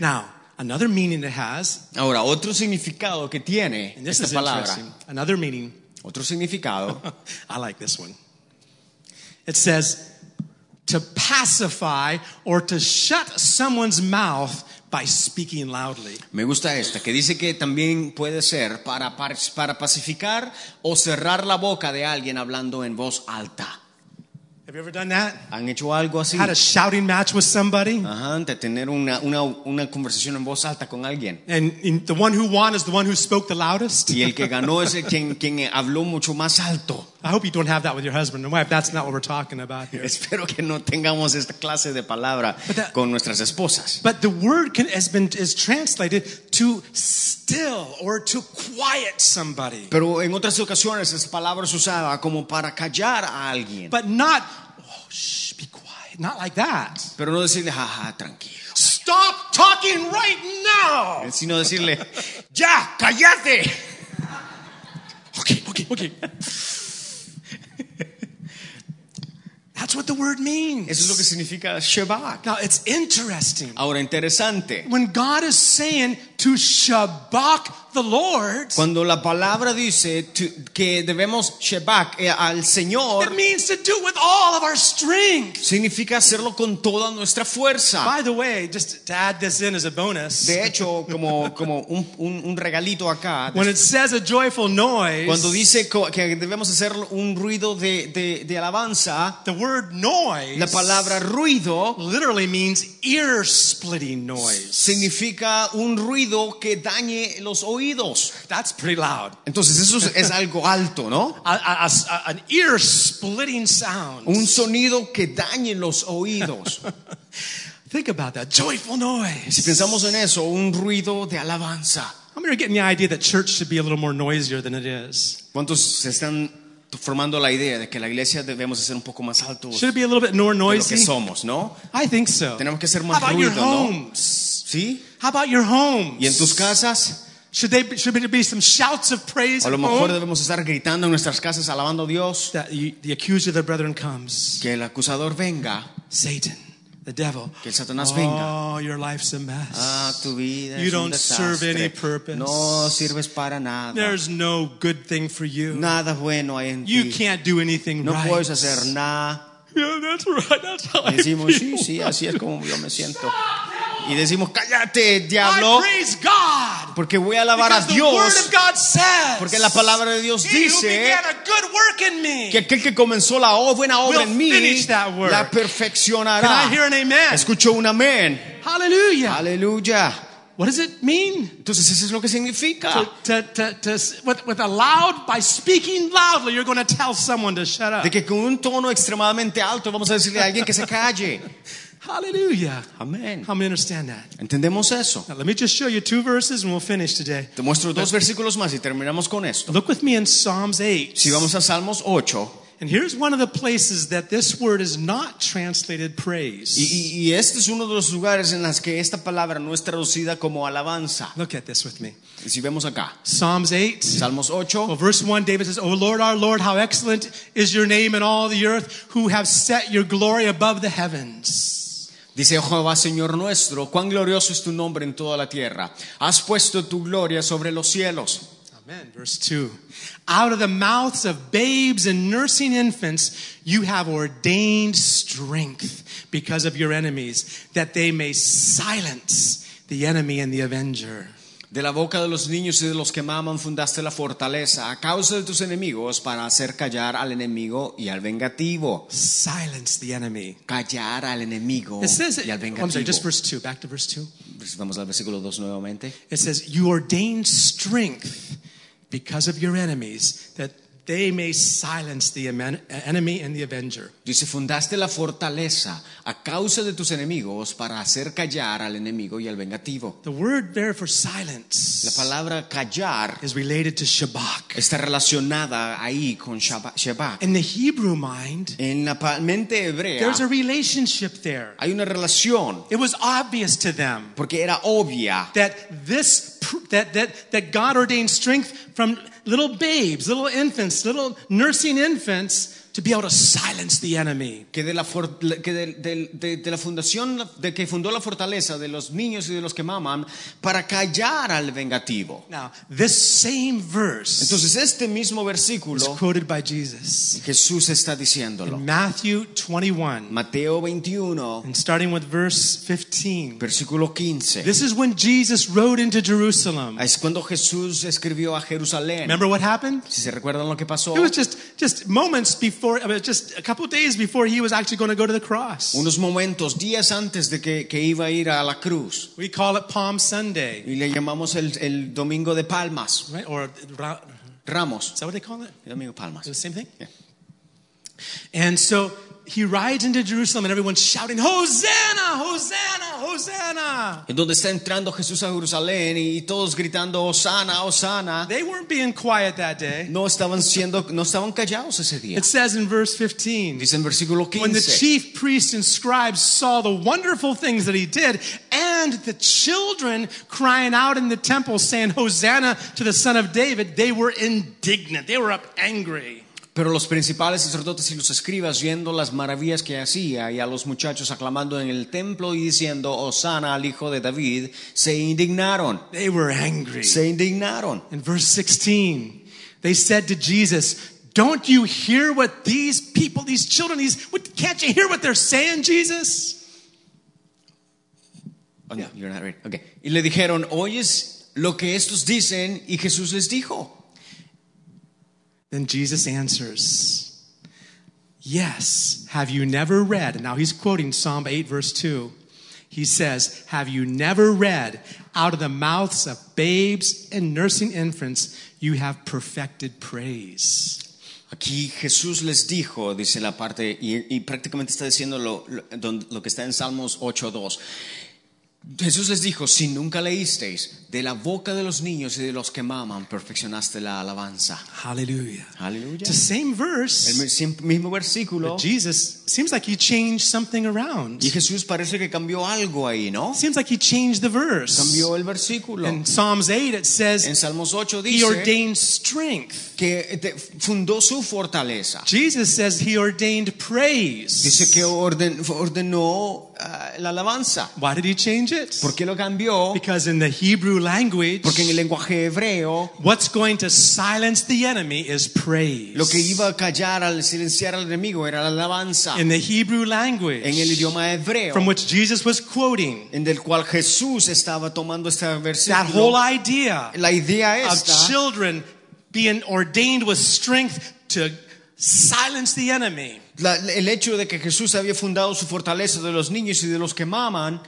now, another meaning it has, Ahora, otro significado que tiene and this esta is palabra. interesting. Another meaning. Otro significado. I like this one. It says to pacify or to shut someone's mouth by speaking loudly. Me gusta esta, que dice que también puede ser para, par- para pacificar o cerrar la boca de alguien hablando en voz alta. Have you ever done that? ¿Han hecho algo así? Had a shouting match with somebody? Ajá, de tener una, una, una conversación en voz alta con alguien. And in- the one who won is the one who spoke the loudest? Y el que ganó es el quien, quien habló mucho más alto. I hope you don't have that with your husband and wife. That's not what we're talking about here. Espero que no tengamos esta clase de palabra that- con nuestras esposas. But the word can, has been is translated to still or to quiet somebody, Pero en otras ocasiones esa palabra es usada como para callar a alguien. but not oh shh, be quiet, not like that. Pero no decirle, jaja, tranquilo. Stop talking right now. Sino decirle, Yeah. cállate. Okay. Okay. Okay. That's what the word means. Eso es lo que significa Shabbat. now it's interesting Ahora, interesante. when God is saying to shabak the Lord. Cuando la palabra dice tu- que debemos Shabbat eh, al It Señor, means to do with all of our strength. significa hacerlo con toda nuestra fuerza. By the way, just to add this in as a bonus, De hecho, como, como un, un- un regalito acá, when it says a joyful noise, cuando dice co- que debemos hacer un ruido de, de- de alabanza, the word noise, la palabra ruido literally means ear splitting noise. significa un ruido que dañe los oídos. That's pretty loud. Entonces, eso es, es algo alto, ¿no? A, a- a- a- an ear splitting sound. Un sonido que dañe los oídos. Think about that. Joyful noise. Si pensamos en eso, un ruido de alabanza. How many are getting the idea that church should be a little more noisier than it is? ¿Cuántos se están formando la idea de que la iglesia debemos ser un poco más altos Should de it be a little bit more lo que noisy? somos, no? I think so. Tenemos que ser How más about your ruido, ¿no? homes? ¿Sí? How about your homes? ¿Y en tus casas? Should, they be, should there be some shouts of praise A at lo mejor home? debemos estar gritando en nuestras casas, alabando a Dios. that you, the accuser of the brethren comes? Que el acusador venga, Satan, the devil. que el Satanás venga. Oh, your life's a mess. Ah, tu vida You es un don't serve desastre. any purpose. No sirves para nada. There's no good thing for you. Nada bueno hay en You ti. can't do anything No right. puedes hacer nada. Yeah, that's right. That's how Y I Decimos, sí, feel. sí, así es como yo me siento. Y decimos, cállate, I diablo. praise God. Porque voy a alabar a because the word Dios. of God says. Porque la palabra de Dios He who dice began a good work in me. que aquel que comenzó la o- buena obra Will en mí finish that work. la Can I perfeccionará. hear an amen? Escuchó un amén. Hallelujah. Aleluya. What does it mean? Entonces eso es lo que significa. To, to, to, to, with, with a loud, by speaking loudly, you're going to tell someone to shut up. De que con un tono extremadamente alto vamos a decirle a alguien que se calle. Hallelujah. Amén. How many understand that? ¿Entendemos eso? Now, let me just show you two verses and we'll finish today. Te muestro dos versículos más y terminamos con esto. Look with me in Psalms 8. Si vamos a Salmos 8, And here's one of the places that this word is not translated y, praise. y- y este es uno de los lugares en las que esta palabra no es traducida como alabanza. Look at this with me. Y Si vemos acá, Psalms 8. Salmos 8, Well, verse 1, David says, O Lord, our Lord, how excellent is your name in all the earth, who have set your glory above the heavens. Dice oh Jehová, Señor nuestro, cuán glorioso es tu nombre en toda la tierra. Has puesto tu gloria sobre los cielos. Amen. Verse 2. Out of the mouths of babes and nursing infants, you have ordained strength because of your enemies, that they may silence the enemy and the avenger. De la boca de los niños y de los que maman fundaste la fortaleza a causa de tus enemigos para hacer callar al enemigo y al vengativo. Silence the enemy. Callar al enemigo It says, Oh, oh, y al I'm sorry, just vengativo. verse 2, back to verse 2. Vamos al versículo 2 nuevamente. It says, You ordain strength because of your enemies, that they may silence the amen- enemy and the avenger. Dice, fundaste la fortaleza a causa de tus enemigos para hacer callar al enemigo y al vengativo. The word there for La silence palabra callar is related to shabak. está relacionada ahí con Shaba- Shabbat. In the Hebrew mind, En la pa- mente hebrea there's a relationship there. hay una relación, It was obvious to them porque era obvia, that this pr- that that that God ordained strength from little babes, little infants, little nursing infants to be able to silence the enemy. que, de la, for- que del- del- de- de la fundación de que fundó la fortaleza de los niños y de los que maman para callar al vengativo. Now, this same verse Entonces este mismo is versículo quoted by Jesus Jesús está diciéndolo. in Matthew 21 Mateo 21, and starting with verse 15. versículo 15. This is when Jesus rode into Jerusalem. Es cuando Jesús escribió a Jerusalén. Remember what happened? Si se recuerdan lo que pasó, It was just just moments before I mean, just a couple days before he was actually going to go to the cross. unos momentos, días antes de que, que iba a ir a la cruz, We call it Palm Sunday, y le llamamos el, el Domingo de Palmas, right? Or Ra- Ramos, is that what they call it? el Domingo de Palmas. It's the same thing. Yeah. And so he rides into Jerusalem, and everyone's shouting, "Hosanna! Hosanna! Hosanna!" En donde está entrando Jesús a Jerusalén y, todos gritando, Osana, Osana. They weren't being quiet that day. No estaban siendo, no estaban callados ese día. It says in verse 15. Dice en versículo When the 15. chief priests and scribes saw the wonderful things that he did, and the children crying out in the temple saying, Hosanna to the Son of David, they were indignant. They were up angry. Pero los principales sacerdotes y los escribas, viendo las maravillas que hacía y a los muchachos aclamando en el templo y diciendo, Osana al hijo de David, se indignaron. They were angry. Se indignaron. In verse 16, they said to Jesus, Don't you hear what these people, these children, these, what, can't you hear what they're saying, Jesus? Oh, no, you're not ready. Okay. Y le dijeron, oyes lo que estos dicen y Jesús les dijo. Then Jesus answers, Yes, have you never read? Now he's quoting Psalm 8, verse 2. He says, Have you never read out of the mouths of babes and nursing infants, you have perfected praise? Aquí Jesús les dijo, dice la parte, y, y prácticamente está diciendo lo, lo- don- lo que está en Salmos 8.2. Jesús les dijo, si nunca leísteis, de la boca de los niños y de los que maman, perfeccionaste la alabanza. Hallelujah. Aleluya. It's the same verse. El mi- sim- mismo versículo. But Jesus seems like he changed something Y around. Jesús parece que cambió algo ahí, ¿no? Seems like he changed the verse. Cambió el versículo. In Psalms 8, it En says, Salmos 8 He dice ordained strength. que te- fundó su fortaleza. Jesus says he ordained Dice praise. que orden- ordenó ah, la alabanza. Why did he change it? ¿Por qué lo cambió? Because in the Hebrew language, Porque en el lenguaje hebreo, what's going to silence the enemy is lo que praise. iba a callar al silenciar al enemigo era la alabanza. In the Hebrew En el language idioma hebreo, from which Jesus was quoting, en del cual Jesús estaba tomando este that whole versículo, idea la idea of esta children being ordained with strength to silence the enemy. La- el hecho de que Jesús había fundado su fortaleza de los niños y de los que maman,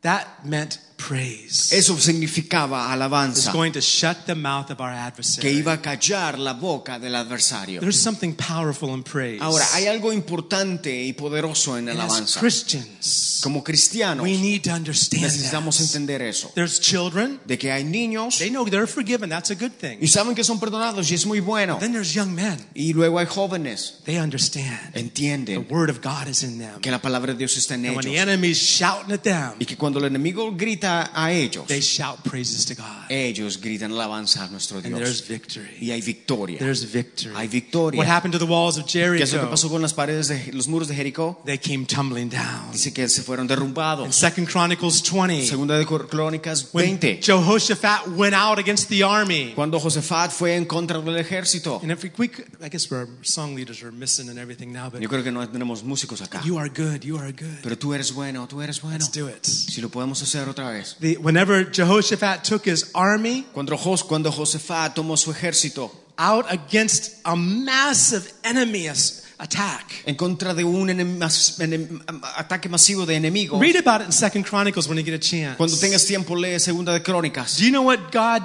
That meant praise. eso significaba It's alabanza, going to shut the mouth of our que adversary. iba a callar la boca del adversario. There's something powerful in praise. Ahora, hay algo importante y poderoso en And as alabanza. Christians, Como cristianos, we need to understand necesitamos that. entender eso, There's children. de que hay niños They know they're forgiven. That's a good thing. y saben que son perdonados y es muy bueno. Then there's young men. Y luego hay jóvenes, They understand. The entienden word of God is in them. que la palabra de Dios está en And when the ellos enemy's shouting at them, y que cuando el enemigo grita a ellos, they shout praises to God. ellos gritan alabanza a nuestro And there's Dios y victory. hay victoria. There's victory. Hay victoria. What happened to the walls of ¿Qué es lo que Jericho? pasó con las paredes de los muros de Jericó? They came tumbling down. Dice que se fueron In derrumbados. Second Chronicles 20, Segunda de Cor- Crónicas when 20. Jehoshaphat went out against the army. Cuando Josafat fue en contra del ejército. And if we quick, I guess our song leaders are missing and everything now, but Yo creo que no tenemos músicos acá. you Este- are good, you are good. Pero tú eres bueno, tú eres bueno. Let's do it. Si lo podemos hacer otra vez. The, whenever Jehoshaphat took his army Cuando, Jos- cuando Josafat tomó su ejército out against a massive enemy as- attack, en contra de un enem- mas- enem- ataque masivo de enemigos. read about it in Second Chronicles when you get a chance. Cuando tengas tiempo, lee Segunda de Crónicas. Do you know what God?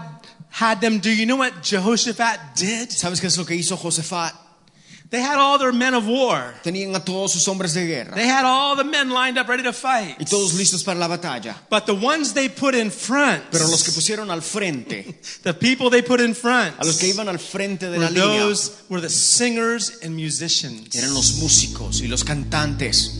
had them do. You know what Jehoshaphat did? ¿Sabes qué es lo que hizo Josafat? They had all their men of war. Tenían a todos sus hombres de guerra They had all the men lined up ready to fight. y todos listos para la batalla. But the ones they put in front, Pero los que pusieron al frente, the people they put in front, a los que iban al frente de were la línea, those were the singers and musicians. eran los músicos y los cantantes.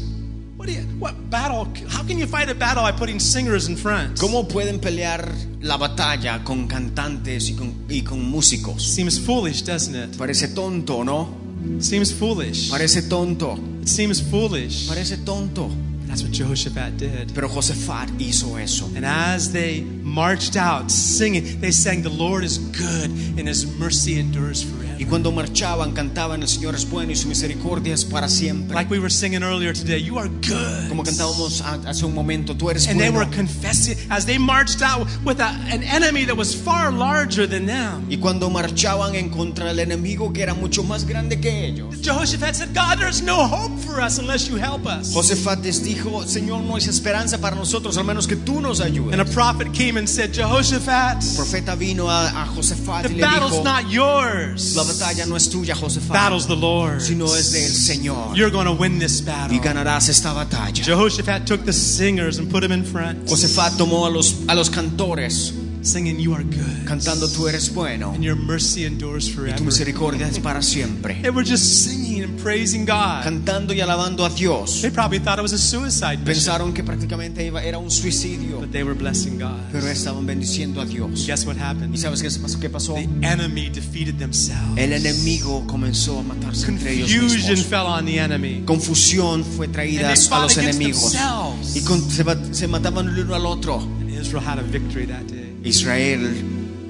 What, do you, what battle? How can you fight a battle by putting singers in front? ¿Cómo pueden pelear la batalla con cantantes y con, y con músicos? Seems foolish, doesn't Parece tonto, ¿no? it? Seems foolish. Parece tonto, It seems foolish. parece tonto. That's what Jehoshaphat did. Pero Josafat hizo eso. And as they marched out singing, they sang, The Lord is good and his mercy endures Y forever. cuando marchaban, cantaban, el Señor es bueno y su misericordia es para siempre. Like we were singing earlier today, You are good. Como cantábamos a- hace un momento, tú eres And they were bueno. confessing as they marched out with a, an enemy that was far larger than them. Y cuando marchaban en contra del enemigo que era mucho más grande que ellos. Jehoshaphat said, God, there's no hope for us unless you help us. Josafat les dijo, Señor, no hay esperanza para nosotros, al menos que tú nos And a ayudes. prophet came and said, El Jehoshaphat, profeta vino a, a Josafat y the le dijo, battle's not yours. la batalla no es tuya, Josafat, battle's the Lord. sino es del Señor. You're going to win this Y battle. ganarás esta batalla. Jehoshaphat took the singers and put them in front, Josafat tomó a los, a los cantores, singing, You are good. cantando, tú eres bueno. And your mercy endures Tu forever. misericordia es para siempre. They were just singing and praising God. Cantando y alabando a Dios. They probably thought it was a suicide mission, Pensaron que prácticamente iba- era un suicidio, but they were blessing God. pero estaban bendiciendo a Dios. Guess what happened? ¿Y sabes qué, se pasó- qué pasó? The enemy defeated themselves. El enemigo comenzó a matarse entre ellos Confusion mismos. fell on the enemy. Confusión fue traída And they a fought los against enemigos. themselves. Y con- se, bat- se mataban el uno al otro. And Israel had a victory that day. Israel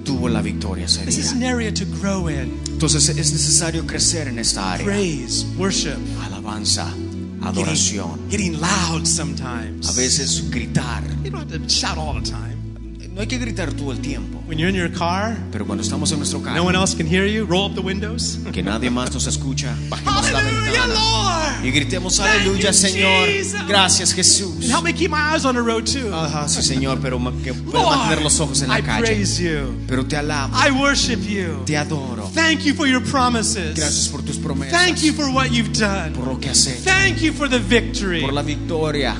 tuvo la victoria ese This is día. an area to grow in. Entonces es necesario crecer en esta área. Praise, worship, Alabanza, getting, adoración. getting loud A sometimes. veces gritar. You don't have to shout all the time. No hay que gritar todo el tiempo. When you're in your car, Pero cuando estamos en nuestro no carro, one else can hear you, roll up the windows. que nadie más nos escucha, bajemos la Hallelujah, ventana Lord! y gritemos Thank aleluya, you, Señor. Jesus." Gracias, Jesús. And help me keep my eyes on the road too. Ajá, sí, Señor, pero ma- que pueda Ah, mantener los ojos Lord, en la I calle. praise you. Pero te alabo, I worship you. te adoro. Thank you for your promises. Gracias por tus promesas, Thank you for what you've done. por lo que has hecho, Thank you for the victory. por la victoria.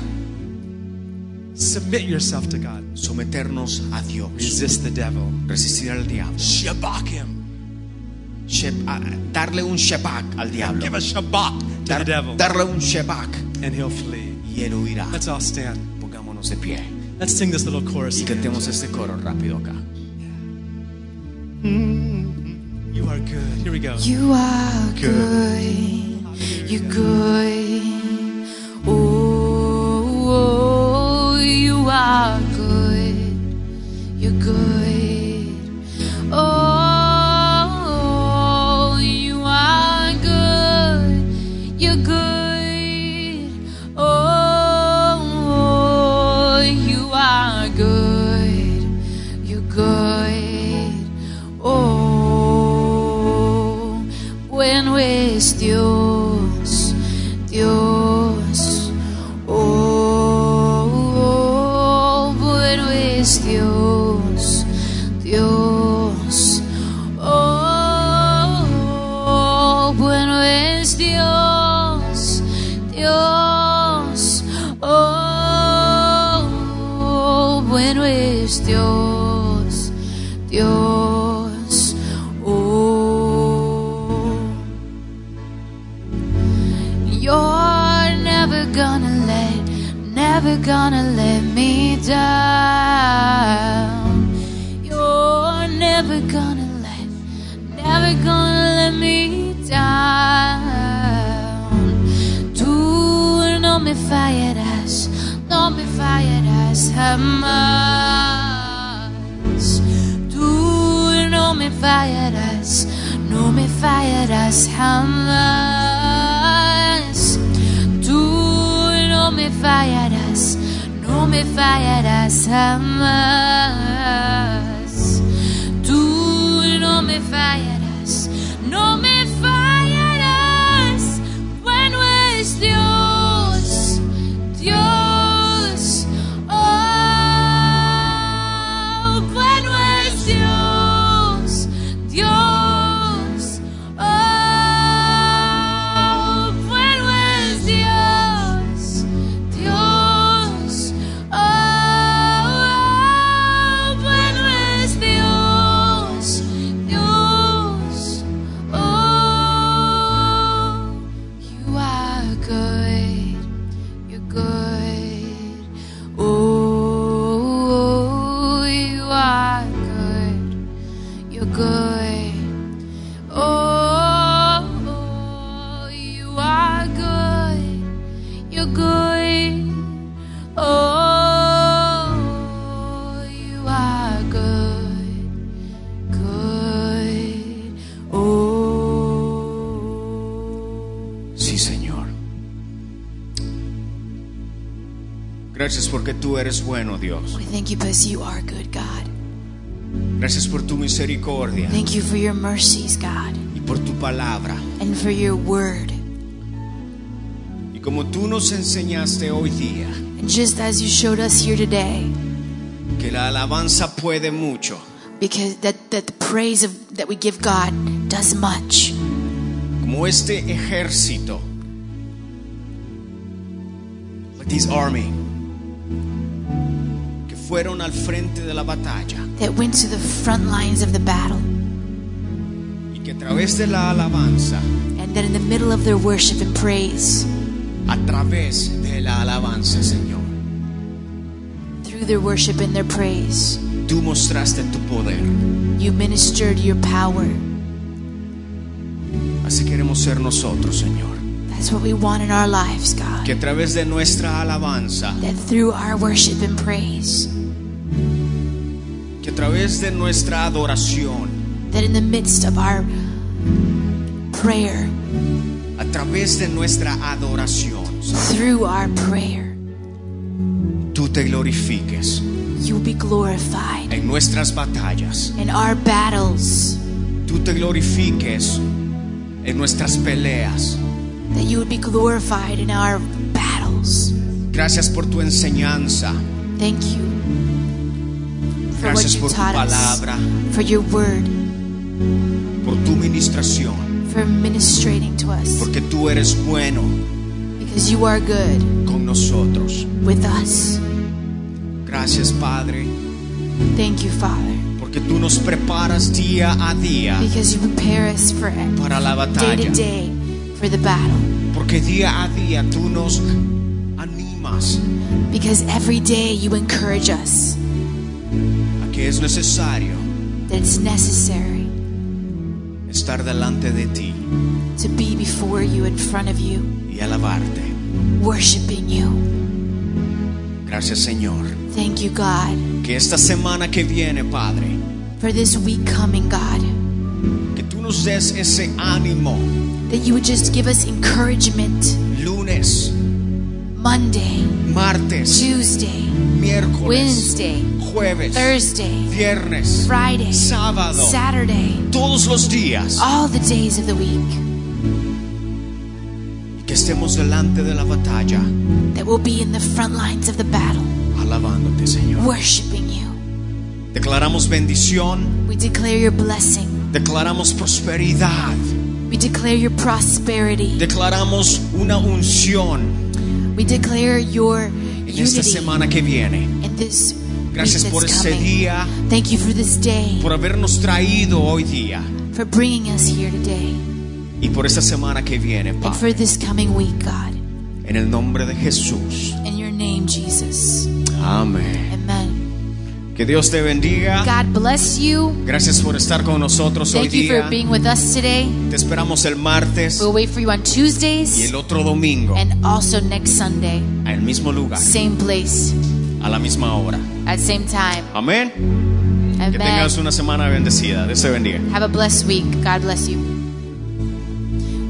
Submit yourself to God. Someternos a Dios, Resist the devil. resistir al diablo, Shabak him. Shep- a- darle un shebak al diablo, Give a shabak to the Dar- devil. darle un shebak And he'll flee. y él huirá. Let's all stand. Pongámonos de pie Let's sing this little chorus. y cantemos este coro rápido acá. Mm-hmm. You are good. Here we go. You are good. You're good. Oh, oh, you are good. You're good. Oh, you are good. You're good. Oh, you are good. You're good. Oh, bueno es Dios, Dios. Oh, oh, bueno es Dios, Dios. Oh, oh, bueno es Dios, Dios. Oh, oh, bueno es Dios, Dios. Oh. You're never gonna let, never gonna let me down. You're never gonna let, never gonna let me down. Tú no me fallarás, no me fallarás jamás. Tú no me fallarás, no me fallarás jamás. Tú no me fallarás, no me fallarás jamás. Tú no me fallarás, no me fallarás. Bueno es Dios, Dios. Oh, bueno es Dios. Oh, Oh, Oh, Oh, free. Oh, you are good, good. Oh. Sí, Señor. Gracias porque tú eres bueno, Dios. We thank you because you are good, God. Gracias por tu misericordia Thank you for your mercies, God, y por tu palabra. and for your word. Y como tú nos enseñaste hoy día, And just as you showed us here today, que la alabanza puede mucho, because that, that the praise of, that we give God does much. como este ejército, like this army, que fueron al frente de la batalla that went to the front lines of the battle, y que a través de la alabanza, and that in the middle of their worship and praise, a través de la alabanza, Señor, through their worship and their praise, tú mostraste tu poder. you ministered your power. Así queremos ser nosotros, Señor, That's what we want in our lives, God. que a través de nuestra alabanza, That through our worship and praise, que a través de nuestra adoración, that in the midst of our prayer, a través de nuestra adoración, through our prayer, tú te glorifiques you'll be glorified. en nuestras batallas, In our battles, tú te glorifiques en nuestras peleas. that you would be glorified in our battles. Gracias por tu enseñanza, Thank you for what gracias you por tu taught us, palabra, for your word. por tu ministración, for administrating to us porque tú eres bueno because you are good con nosotros. with us. Gracias Padre, Thank you, Father, porque tú nos preparas día a día because you prepare us for para la day to batalla, day for the battle. porque día a día tú nos animas Because every day you encourage us a que es necesario that it's necessary estar delante de ti to be before you, in front of you, y alabarte. worshiping you. Gracias Señor. Thank you, God, Que esta semana que viene, Padre, for this week coming, God, que tú nos des ese ánimo. that you would just give us encouragement Lunes, Monday, martes, Tuesday, miércoles, Wednesday, jueves, Thursday, viernes, Friday, sábado, Saturday, Ah. todos los días. all the days of the week. Que estemos delante de la batalla, that will be in the front lines of the battle, alabándote, Señor. worshiping you. Declaramos bendición, We declare your blessing. declaramos prosperidad, We declare your prosperity. declaramos una unción We declare your en esta unity semana que viene. in this week Gracias por that's ese coming. día, Thank you for this day, por habernos traído hoy día for bringing us here today, y por esta semana que viene, and Padre. for this coming week, God. En el nombre de Jesús. In your name, Jesus. Amén. Amen. Que Dios te bendiga. God bless you. Gracias por estar con nosotros hoy Thank you for día. being with us today. Te esperamos el martes We'll wait for you on y Tuesdays el otro domingo and also next Sunday. al mismo lugar, Same place, a la misma hora. at same time. Amén. Que Amen. tengas una semana bendecida. Dios te bendiga. Have a blessed week. God bless you.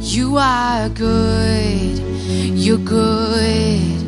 You are good. You're good. Oh, Oh, Oh, Oh, Oh, Oh, Oh, Oh, oh, oh, oh, oh.